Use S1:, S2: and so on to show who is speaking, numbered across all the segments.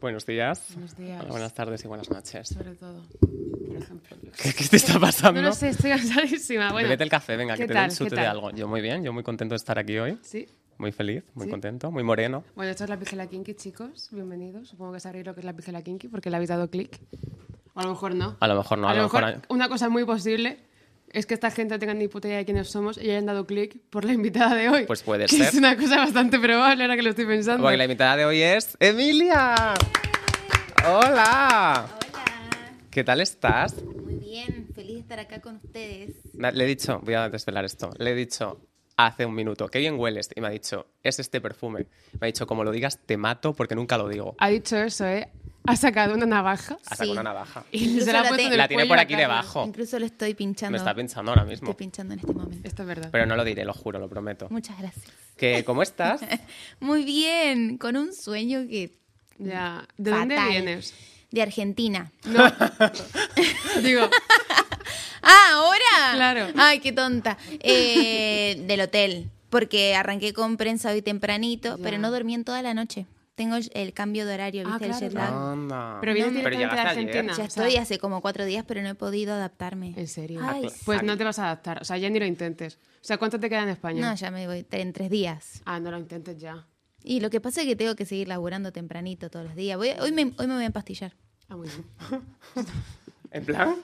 S1: Buenos días.
S2: Buenos días.
S1: Buenas tardes y buenas noches.
S2: Sobre todo, por ejemplo.
S1: ¿Qué, qué te está pasando?
S2: No lo sé, estoy cansadísima. Bueno,
S1: Bebete el café, venga,
S2: ¿qué
S1: que te
S2: tal?
S1: den su
S2: ¿Qué
S1: té
S2: tal?
S1: de algo. Yo muy bien, yo muy contento de estar aquí hoy.
S2: Sí.
S1: Muy feliz, muy
S2: Sí.
S1: contento, muy moreno.
S2: Bueno, esto es la Pixela Kinky, chicos. Bienvenidos. Supongo que sabréis lo que es la Pixela Kinky porque le habéis dado clic. O a lo mejor no.
S1: A lo mejor Ah, no, a,
S2: A lo mejor,
S1: hay-
S2: una cosa muy posible es que esta gente no tenga ni puta idea de quiénes somos y hayan dado clic por la invitada de hoy.
S1: Pues puede
S2: que
S1: ser.
S2: Es una cosa bastante probable ahora que lo estoy pensando.
S1: Porque la invitada de hoy es Emilia. Hola.
S3: Hola,
S1: ¿Qué tal estás?
S3: muy bien, feliz de estar acá con ustedes.
S1: Me- Le he dicho, voy a desvelar esto, le he dicho hace un minuto, qué bien hueles, y me ha dicho, es este perfume. Me ha dicho, como lo digas, te mato porque nunca lo digo.
S2: Ha dicho eso, ¿eh? Ha sacado una navaja
S1: Hasta
S3: Sí.
S1: con una navaja.
S2: y se
S3: Incluso
S2: la ha
S3: la
S2: puesto
S3: te-
S2: en el
S1: La tiene
S2: cuello
S1: por
S2: a
S1: aquí
S2: Carmen.
S1: debajo.
S3: Incluso lo estoy pinchando.
S1: Me está pinchando ahora mismo.
S3: Estoy pinchando en este momento.
S2: Esto es verdad.
S1: Pero no lo diré, lo juro, lo prometo.
S3: Muchas gracias.
S1: Que, ¿Cómo estás?
S3: Muy bien, con un sueño que...
S2: Ya. ¿De dónde
S3: fatal.
S2: vienes?
S3: De Argentina.
S2: Digo,
S3: Ah, ahora.
S2: Claro.
S3: Ay, qué tonta. Eh, del hotel, porque arranqué con prensa hoy tempranito,
S2: Ya.
S3: pero no dormí en toda la noche. Tengo el cambio de horario,
S2: Ah,
S3: ¿viste?
S2: claro,
S3: el jet lag.
S2: claro.
S1: Anda.
S2: Pero vienes
S3: No,
S1: pero
S2: directamente de
S1: llegaste ayer.
S2: Argentina.
S3: Ya
S2: o sea,
S3: estoy hace como cuatro días, pero no he podido adaptarme.
S2: ¿En serio?
S3: Ay,
S1: Ah,
S2: Pues
S1: Ay.
S2: no te vas a adaptar. O sea, ya ni lo intentes. O sea, ¿cuánto te queda en España?
S3: No, ya me voy tre- en tres días.
S2: Ah, no lo intentes ya.
S3: Y lo que pasa es que tengo que seguir laburando tempranito todos los días. Voy- hoy, me, hoy me voy a empastillar.
S2: Ah, muy bien.
S1: ¿En plan?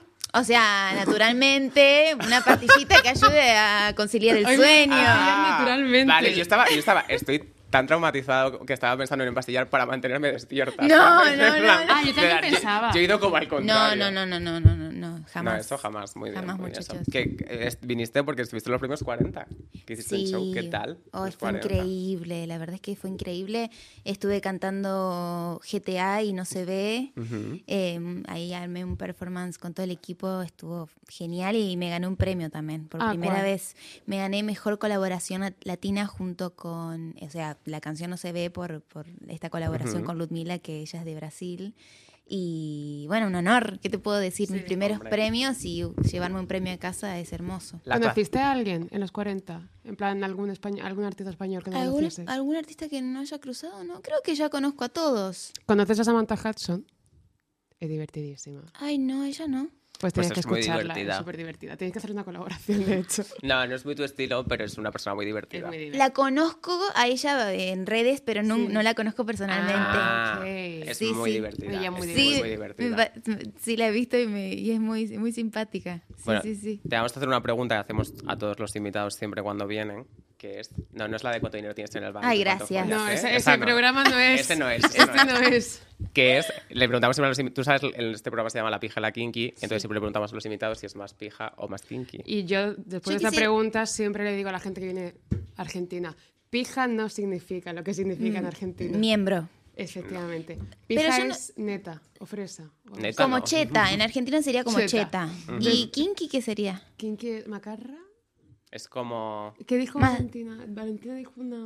S3: O sea, naturalmente, una pastillita que ayude a conciliar el
S2: Hoy me-
S3: sueño.
S2: Ah, naturalmente.
S1: Vale, yo estaba, yo estaba, estoy tan traumatizado que estaba pensando en empastillar para mantenerme despierta.
S3: No,
S1: ¿sabes?
S3: no,
S1: En
S3: no,
S1: plan,
S2: no. Ah, yo también
S1: de-
S2: pensaba.
S1: Yo he ido como al
S3: No,
S1: contrario.
S3: no, no, no, no, no, no, no, jamás.
S1: No, eso jamás, muy bien.
S3: Jamás,
S1: muy bien, eso.
S3: muchachos.
S1: Que, eh, es- viniste porque estuviste en los primeros 40. Que hiciste un show, ¿qué tal?
S3: Oh,
S1: Los
S3: fue
S1: 40.
S3: increíble, la verdad es que fue increíble. Estuve cantando GTA y no se ve. Eh, ahí armé un performance con todo el equipo, estuvo genial y me gané un premio también. Por
S2: Ah,
S3: primera
S2: ¿cuál?
S3: vez me gané mejor colaboración at- latina junto con, o sea, la canción no se ve por, por esta colaboración con Ludmila, que ella es de Brasil. Y bueno, un honor, ¿qué te puedo decir? Mis primeros
S1: Hombre.
S3: premios y uh, llevarme un premio a casa es hermoso.
S1: La actua-
S2: ¿Conociste a alguien en los 40? En plan, algún, españ- algún artista español que no
S3: ¿Algún,
S2: conocieses.
S3: algún artista que no haya cruzado? No, creo que ya conozco a todos.
S2: ¿Conoces a Samantha Hudson? Es divertidísima.
S3: Ay, no, ella no.
S2: Pues
S1: Pues
S2: tienes
S1: es
S2: que
S1: muy
S2: escucharla, es
S1: divertida.
S2: súper divertida. Tienes que hacer una colaboración, de hecho.
S1: No, no es muy tu estilo, pero es una persona muy
S2: Es
S1: divertida.
S2: muy divertida.
S3: La conozco a ella en redes, pero no, no la conozco personalmente.
S1: Ah,
S2: Ok.
S1: Es
S3: Sí,
S1: muy
S3: sí.
S1: divertida.
S2: Ella muy
S1: es
S2: divertida.
S1: muy,
S3: sí,
S1: muy divertida.
S3: me pa- sí la he visto y, me- y es muy, muy simpática. Sí,
S1: Bueno,
S3: sí, sí.
S1: Te vamos a hacer una pregunta que hacemos a todos los invitados siempre cuando vienen, que es... No, no es la de cuánto dinero tienes en el banco.
S3: Ay,
S1: y cuánto
S3: gracias.
S1: follas,
S2: No,
S1: ¿eh?
S2: ese,
S1: Esa
S2: ese programa no es.
S1: Ese no es, ese
S2: Este
S1: no
S2: no
S1: es.
S2: es.
S1: Que es... Le preguntamos siempre a los invitados... Tú sabes, el- este programa se llama La pija y la kinky, entonces siempre le preguntamos a los invitados si es más pija o más kinky.
S2: Y yo, después
S3: Yo
S2: de esta
S3: quisiera-
S2: pregunta, siempre le digo a la gente que viene a Argentina, pija no significa lo que significa en Argentina.
S3: Miembro.
S2: Efectivamente.
S3: Mm. Pero
S2: Pija
S3: yo no-
S2: es neta o fresa. o algo
S1: Neta.
S2: así.
S3: Como
S1: no.
S3: cheta. En Argentina sería como
S2: Cheta.
S3: cheta. ¿Y Kinky qué sería?
S2: ¿Quién quiere macarra?
S1: Es como...
S2: ¿Qué dijo
S3: Ma-
S2: Valentina? Valentina dijo una...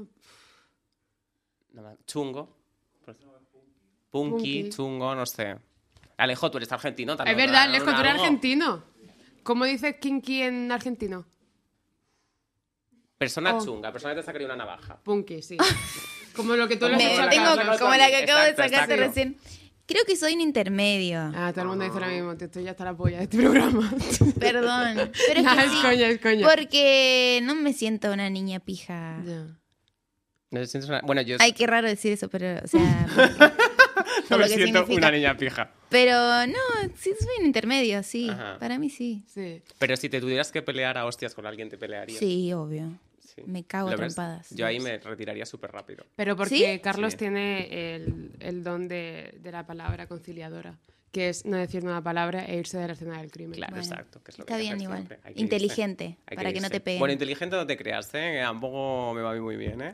S1: no me- Chungo. por- Punky,
S2: Punky.
S1: chungo, no sé. Alejo, tú eres argentino también.
S2: es verdad, Alejo, tú eres argentino. ¿Cómo dices kinky en argentino?
S1: Persona
S2: Oh.
S1: chunga, persona que te sacaría una navaja.
S2: Punky, sí. Como lo que tú lo has
S3: Me-
S2: hecho a
S3: tengo
S2: Carlos.
S3: como la que acabo
S1: Exacto,
S3: de sacarte
S1: exacto.
S3: recién. Creo que soy un intermedio.
S2: Ah, todo el mundo dice lo mismo. Te estoy ya hasta la polla de este programa.
S3: Perdón. Pero es
S2: Ah,
S3: que
S2: es
S3: sí,
S2: coña, es coña.
S3: Porque no me siento una niña pija.
S2: Ya.
S1: No te sientes una- Bueno, yo
S3: Ay, qué raro decir eso, pero, o sea.
S1: no me
S3: por lo que
S1: siento
S3: significa.
S1: una niña pija.
S3: Pero no, sí, soy un intermedio, sí.
S1: Ajá.
S3: Para mí sí.
S2: Sí.
S1: Pero si te tuvieras que pelear a hostias con alguien, te pelearías.
S3: Sí, obvio.
S1: Sí.
S3: Me cago a
S1: ¿Lo ves?
S3: trompadas.
S1: Yo ahí me retiraría súper rápido.
S2: Pero porque Carlos
S1: Sí.
S2: tiene el, el don de, de la palabra conciliadora, que es no decir una palabra e irse de la escena del crimen.
S1: Claro,
S3: Bueno,
S1: exacto. Que es lo que
S3: está
S1: hay que
S3: bien
S1: hacer
S3: igual.
S1: siempre. Hay que
S3: Inteligente,
S1: irse. Hay
S3: para que no
S1: irse.
S3: te peguen.
S1: Bueno, inteligente no te creas, ¿eh? Que Tampoco me va a mí muy bien, ¿eh?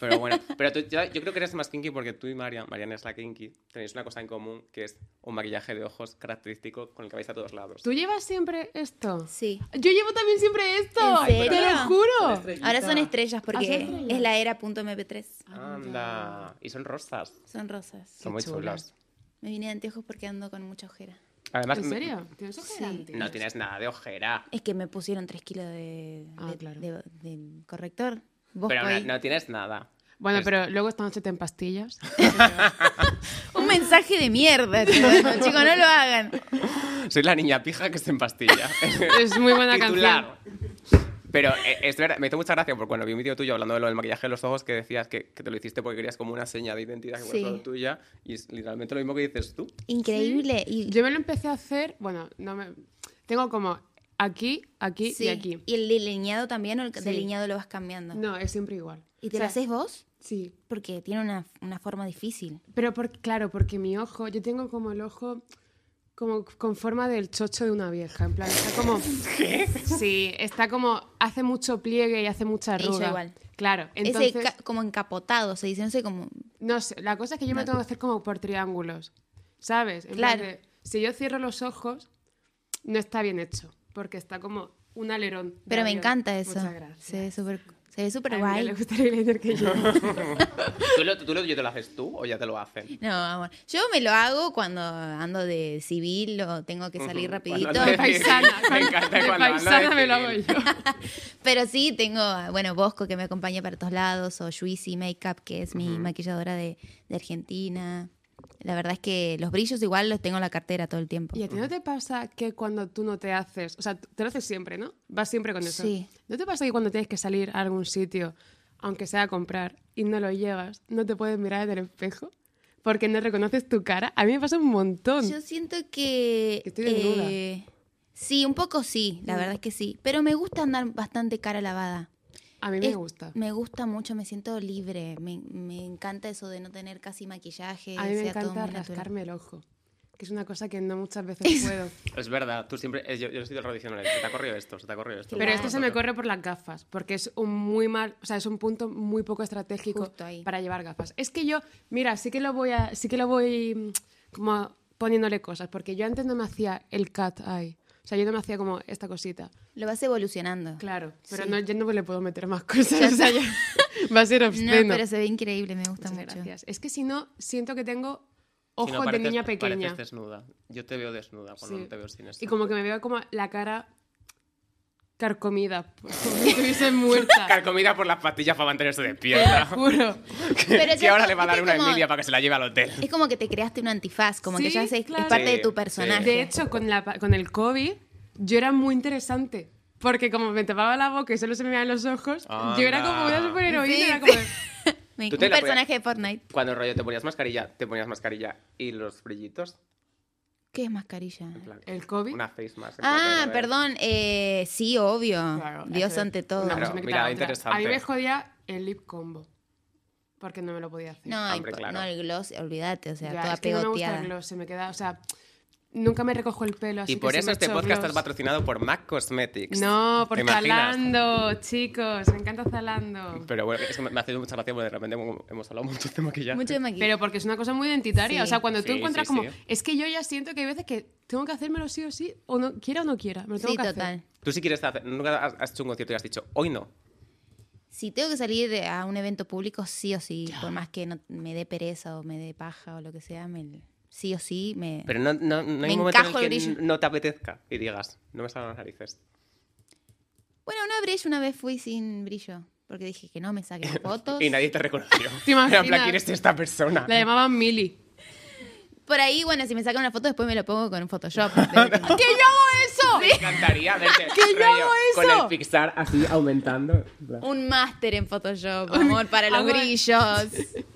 S1: Pero bueno, pero tú- yo, yo creo que eres más kinky porque tú y Marian, Marian es la kinky, tenéis una cosa en común que es un maquillaje de ojos característico con el que vais a todos lados.
S2: ¿Tú llevas siempre esto?
S3: Sí.
S2: Yo llevo también siempre esto.
S3: ¿En serio?
S2: Te lo juro.
S1: Estrellita.
S3: Ahora son estrellas porque
S2: Ah, son estrellas.
S3: es la era punto .mp3.
S1: Anda. Y son rosas.
S3: Son rosas.
S1: Son muy
S2: chulas.
S1: chulas.
S3: Me vine de anteojos porque ando con mucha ojera.
S1: Además,
S2: ¿En
S1: me-
S2: serio? ¿Tienes ojeras?
S3: Sí.
S1: no tienes nada de ojera.
S3: Es que me pusieron 3 kilos de,
S2: Ah,
S3: de-
S2: claro.
S3: de- de corrector. Vos
S1: Pero no,
S3: coi.
S1: no tienes nada.
S2: Bueno,
S1: Es-
S2: pero luego esta noche te pastillas.
S3: Un maquillaje de mierda, chicos. No, chicos, no lo hagan.
S1: Soy la niña pija que se empastilla.
S2: Es muy buena canción.
S1: Titular. Pero eh, es verdad, me hizo mucha gracia porque cuando vi un vídeo tuyo hablando de lo del maquillaje de los ojos que decías que, que te lo hiciste porque querías como una seña de identidad que fuera
S3: Sí.
S1: solo tuya y es literalmente lo mismo que dices tú.
S3: Increíble. Y,
S2: Yo me lo empecé a hacer, bueno, no me... tengo como aquí, aquí
S3: sí.
S2: y aquí.
S3: ¿Y el delineado también o el
S2: Sí.
S3: delineado lo vas cambiando?
S2: No, es siempre igual.
S3: ¿Y te
S2: O
S3: lo
S2: sea,
S3: haces vos?
S2: Sí.
S3: Porque tiene una, una forma difícil.
S2: Pero por, claro, porque mi ojo, yo tengo como el ojo como con forma del chocho de una vieja, en plan, está como Sí, está como hace mucho pliegue y hace mucha
S3: Y yo
S2: arruga.
S3: igual.
S2: Claro,
S3: Ese
S2: entonces
S3: ca- como encapotado, se dice, no sé cómo.
S2: no sé, la cosa es que yo me
S3: No.
S2: tengo que hacer como por triángulos, ¿sabes? En plan
S3: Claro.
S2: de, si yo cierro los ojos no está bien hecho, porque está como un alerón. de
S3: Pero me
S2: avión.
S3: encanta eso.
S2: Muchas gracias.
S3: Se ve súper se ve súper
S2: A mi novia
S3: guay.
S2: le gusta el eyeliner que yo.
S1: ¿Tú lo, tú lo tuyo te lo haces tú o ya te lo hacen?
S3: No, amor. Yo me lo hago cuando ando de civil o tengo que salir
S1: Ujú.
S3: rapidito.
S1: Cuando ando de
S2: paisana.
S1: Me encanta
S2: de
S1: cuando hablo de este
S2: paisana me lo hago
S1: civil.
S2: yo.
S3: Pero sí, tengo, bueno, Bosco que me acompaña para todos lados, o Juicy Makeup, que es mi maquilladora de, de Argentina. La verdad es que los brillos igual los tengo en la cartera todo el tiempo.
S2: ¿Y a ti no te pasa que cuando tú no te haces, o sea, t- te lo haces siempre, ¿no? Vas siempre con eso.
S3: Sí.
S2: ¿No te pasa que cuando tienes que salir a algún sitio, aunque sea a comprar, y no lo llevas, no te puedes mirar en el espejo? Porque no reconoces tu cara. A mí me pasa un montón.
S3: Yo siento que...
S2: Que estoy desnuda.
S3: eh, sí, un poco sí, la
S2: Mm.
S3: verdad es que sí. Pero me gusta andar bastante cara lavada.
S2: A mí me
S3: Es-
S2: gusta.
S3: Me gusta mucho, me siento libre. Me, me encanta eso de no tener casi maquillaje.
S2: A mí me
S3: sea todo
S2: encanta
S3: muy natural.
S2: rascarme el ojo, que es una cosa que no muchas veces puedo.
S1: Es verdad, tú siempre. eh, yo, yo estoy del tradicional. Se te ha corrido esto, se te ha corrido esto.
S2: Pero
S3: Claro.
S2: esto se me corre por las gafas, porque es un muy mal, o sea, es un punto muy poco estratégico
S3: Justo ahí.
S2: para llevar gafas. Es que yo, mira, sí que lo voy a, sí que lo voy mm, como poniéndole cosas, porque yo antes no me hacía el cat eye. O sea, yo no me hacía como esta cosita.
S3: Lo vas evolucionando.
S2: Claro, pero
S3: Sí.
S2: no, yo no le puedo meter más cosas. O sea, ya- va a ser
S3: No,
S2: obsceno.
S3: pero se ve increíble, me gusta
S2: Muchas
S3: mucho.
S2: gracias. Es que si no, siento que tengo
S1: Si
S2: ojos
S1: no,
S2: de
S1: pareces-
S2: niña pequeña.
S1: Pareces desnuda. Yo te veo desnuda cuando
S2: Sí.
S1: no te veo sin esto.
S2: Y como que me veo como la cara carcomida, como si estuviese muerta.
S1: Carcomida por las pastillas para mantenerse
S2: Te lo
S1: despierta.
S2: juro.
S3: Pero
S1: que
S3: ya
S1: ahora
S3: está,
S1: le va a dar
S3: es
S1: una
S3: como-
S1: Emilia para que se la lleve al hotel.
S3: Es como que te creaste un antifaz, como que
S2: Sí,
S3: ya es, es
S2: claro.
S3: parte de
S1: Sí,
S3: tu
S1: sí.
S3: personaje.
S2: De hecho, con, la, pa- con el COVID, yo era muy interesante. Porque como me tapaba la boca y solo se me veían los ojos, yo era como una
S1: Anda.
S2: superheroína.
S3: Sí,
S2: era
S3: sí.
S2: como...
S3: Me- un
S1: Tú te la
S3: personaje de Fortnite.
S1: Cuando rollo te ponías mascarilla, te ponías mascarilla y los brillitos.
S3: ¿Qué es mascarilla?
S1: en plan,
S2: ¿El COVID?
S1: Una face mask. en plan,
S3: Ah,
S1: rollo de-
S3: perdón. eh, sí, obvio.
S2: Claro,
S3: Dios
S2: eso es
S3: ante todo.
S2: una
S1: Claro,
S2: cosa me quita
S1: mira,
S2: la otra.
S1: interesante.
S2: A mí me jodía el lip combo. Porque no me lo podía hacer.
S3: No,
S1: Hombre,
S3: y po-
S1: claro.
S3: no, el gloss, olvídate, o sea,
S2: Ya,
S3: toda
S2: es que no me gusta
S3: pegoteada.
S2: el gloss, se me queda... O sea, nunca me recojo el pelo así
S1: Y
S2: que
S1: por
S2: se
S1: eso
S2: me
S1: este
S2: echa
S1: podcast
S2: gloss.
S1: está patrocinado por MAC Cosmetics.
S2: No, por
S1: ¿Te imaginas?
S2: Zalando, chicos. Me encanta Zalando.
S1: Pero bueno, es que me me ha hecho mucha gracia porque de repente hemos- hemos hablado mucho de maquillaje.
S3: Mucho de maquillaje.
S2: Pero porque es una cosa muy identitaria.
S3: Sí.
S2: O sea, cuando tú
S1: Sí,
S2: encuentras
S1: sí,
S2: como.
S1: sí.
S2: Es que yo ya siento que hay veces que tengo que hacérmelo sí o sí, o no, quiera o no quiera. Me lo tengo
S3: sí,
S2: que hacer.
S3: total.
S1: Tú si quieres hacer, nunca has has hecho un concierto y has dicho, hoy no.
S3: Si tengo que salir a un evento público, sí o sí, por más que no me dé pereza o me dé paja o lo que sea, me- sí o sí me...
S1: Pero no, no, no hay
S3: Me
S1: un momento en
S3: encajo
S1: el
S3: el
S1: que
S3: brillo.
S1: no te apetezca y digas, no me salen las narices.
S3: Bueno, una vez, una vez fui sin brillo, porque dije que no me saquen fotos.
S1: Y nadie te reconoció.
S2: ¿Te
S1: Era en plan,
S2: imaginas?
S1: ¿quién es esta persona?
S2: La llamaban Mili.
S3: Por ahí, bueno, si me sacan una foto, después me lo pongo con un Photoshop.
S2: ¡Que yo hago
S1: Me
S2: eso!
S1: encantaría verte
S2: ¡Que yo hago
S1: con
S2: eso!
S1: el Pixar así aumentando.
S3: un máster en Photoshop, amor, para los
S2: Amor.
S3: brillos.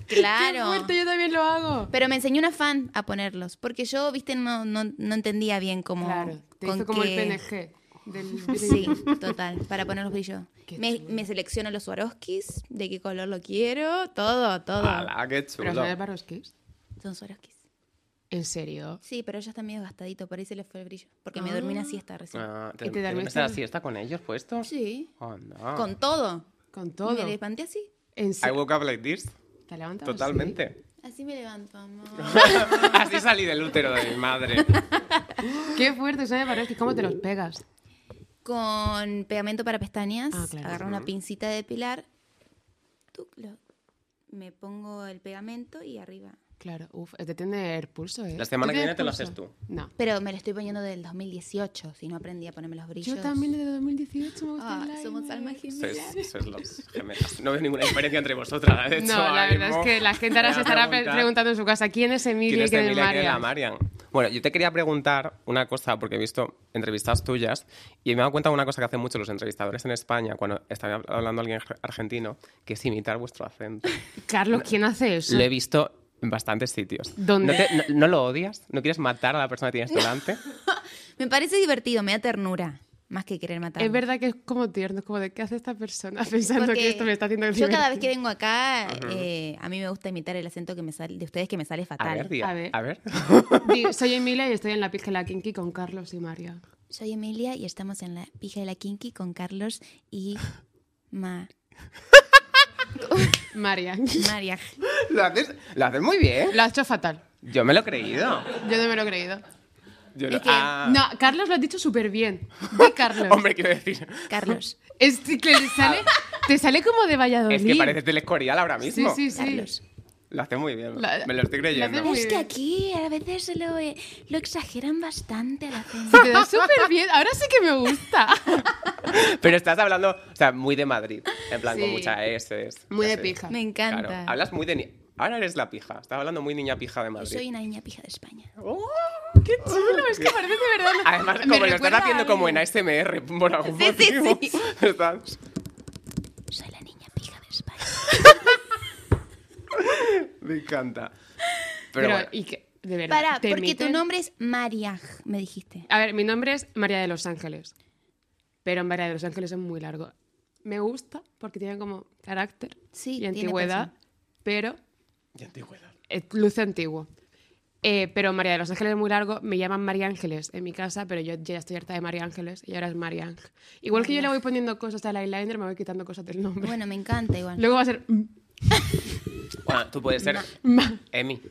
S2: ¡Qué
S3: Claro.
S2: fuerte! Yo también lo hago.
S3: Pero me enseñó una fan a ponerlos, porque yo, viste, no, no, no entendía bien cómo...
S2: claro, te
S3: con
S2: hizo como
S3: qué-
S2: el PNG. Del...
S3: Sí, total, para poner los brillos.
S2: Qué
S3: Me,
S2: chulo.
S3: me selecciono los Swarovskis, de qué color lo quiero, todo, todo.
S1: ¡Hala, qué
S2: Pero
S1: chulo!
S2: son de Barosquis.
S3: Son Swarovskis.
S2: ¿En serio?
S3: Sí, pero ya está medio gastadito, por ahí se les fue el brillo. Porque me dormí una siesta recién.
S1: Ah,
S2: ¿Y
S1: ¿Te,
S2: te
S1: te
S2: dormiste?
S1: dormiste así? ¿Está con ellos puestos? Oh,
S3: Sí.
S1: Anda.
S3: Con todo.
S2: Con todo.
S3: Me levanté así.
S2: ¿En
S1: I
S2: serio?
S1: woke up like this.
S2: ¿Te levantas? así?
S1: Totalmente.
S3: Así me levanto, amor.
S1: así salí del útero de mi madre.
S2: ¡Qué fuerte! Son de Barosquis. ¿Cómo te los pegas?
S3: Con pegamento para pestañas.
S2: Ah, claro.
S3: Agarro una pincita de pilar. me pongo el pegamento y arriba.
S2: Claro, uf, es de tener pulso, ¿eh?
S1: La semana
S2: ¿Tú
S1: que viene
S2: tienes
S1: te lo
S2: pulso?
S1: haces tú.
S2: No.
S3: Pero me lo estoy poniendo del 2018, si no aprendí a ponerme los brillos.
S2: Yo también de 2018 me gusta
S3: Ah,
S2: el
S3: somos
S2: eyeliner.
S3: almas gemelas.
S1: Sois, sois las gemelas. No veo ninguna diferencia entre vosotras. De hecho,
S2: No, la
S1: ahora
S2: verdad es
S1: mismo.
S2: que la gente ahora
S1: Me va
S2: se
S1: a
S2: estará pre-
S1: preguntar,
S2: preguntando en su casa quién es
S1: ¿Quién
S2: Emilia y
S1: es
S2: quién es
S1: Emilia y quién es
S2: María.
S1: la Marian? Bueno, yo te quería preguntar una cosa, porque he visto entrevistas tuyas y me he dado cuenta de una cosa que hacen mucho los entrevistadores en España cuando está hablando alguien ar- argentino, que es imitar vuestro acento.
S2: Carlos, ¿quién hace eso?
S1: Lo he visto en bastantes sitios.
S2: ¿Dónde?
S1: ¿No, te- no- no lo odias? ¿No quieres matar a la persona que tienes delante?
S3: Me parece divertido, me da ternura, más que querer matar.
S2: Es verdad que es como tierno, es como de qué hace esta persona pensando que esto me está haciendo
S3: Yo cada vez que
S2: divertir?
S3: vengo acá, eh, a mí me gusta imitar el acento que me sale de ustedes que me sale
S1: A
S3: fatal.
S1: ver, tía,
S2: A ver.
S1: A ver.
S2: Digo, Soy Emilia y estoy en la pizca la Kinky con Carlos y María.
S3: Soy Emilia y estamos en la pija de la Kinky con Carlos y Ma
S2: María.
S3: María.
S1: Lo haces, lo haces muy bien.
S2: Lo ha hecho fatal.
S1: Yo me lo he creído.
S2: Yo no me lo he creído.
S1: Yo
S3: Es
S1: no-
S3: que-
S1: Ah.
S2: No, Carlos lo ha dicho súper bien. De Carlos.
S1: Hombre, quiero decir.
S3: Carlos.
S2: Es que le sale, te sale como de Valladolid.
S1: Es que parece telescorial ahora
S2: Sí,
S1: mismo.
S2: sí, sí.
S3: Carlos.
S1: Lo hace muy bien.
S2: La-
S1: me lo estoy
S2: la hace
S1: creyendo.
S2: muy
S3: Es que
S2: bien.
S3: aquí a veces lo, eh, lo exageran bastante el acento.
S2: Se te da súper bien. Ahora sí que me gusta.
S1: Pero estás hablando, o sea, muy de Madrid. En plan, con
S2: Sí.
S1: muchas S.
S2: Muy de
S1: así.
S2: pija.
S3: Me
S1: Claro.
S3: encanta.
S1: Hablas muy de. ni- Ahora eres la pija. Estás hablando muy niña pija de
S3: Yo
S1: Madrid.
S3: soy una niña pija de España.
S1: ¡Oh!
S2: ¡Qué chulo! Es que parece de verdad.
S1: Además,
S2: Me
S1: como lo estás
S2: recuerda a
S1: haciendo como en
S2: alguien.
S1: ASMR por algún
S3: Sí, sí,
S1: motivo.
S3: sí.
S1: Estás-
S3: Soy la niña pija de España.
S1: Me encanta. Pero,
S2: Pero,
S1: bueno,
S2: y que, de verdad.
S3: Para,
S2: te
S3: porque tu
S2: emiten-
S3: nombre es María, me dijiste.
S2: A ver, mi nombre es María de los Ángeles. Pero María de los Ángeles es muy largo. Me gusta porque tiene como carácter
S3: Sí,
S2: y
S3: tiene
S2: antigüedad, pero
S1: y antigüedad.
S2: eh, luce antiguo. Eh, pero María de los Ángeles es muy largo. Me llaman María Ángeles en mi casa, pero yo ya estoy harta de María Ángeles y ahora es María Ángel. Igual que yo le voy poniendo cosas al eyeliner, me voy quitando cosas del nombre.
S3: Bueno, me encanta igual.
S2: Luego va a ser... mm,
S1: Bueno, tú puedes ser
S2: ma-
S1: Emi.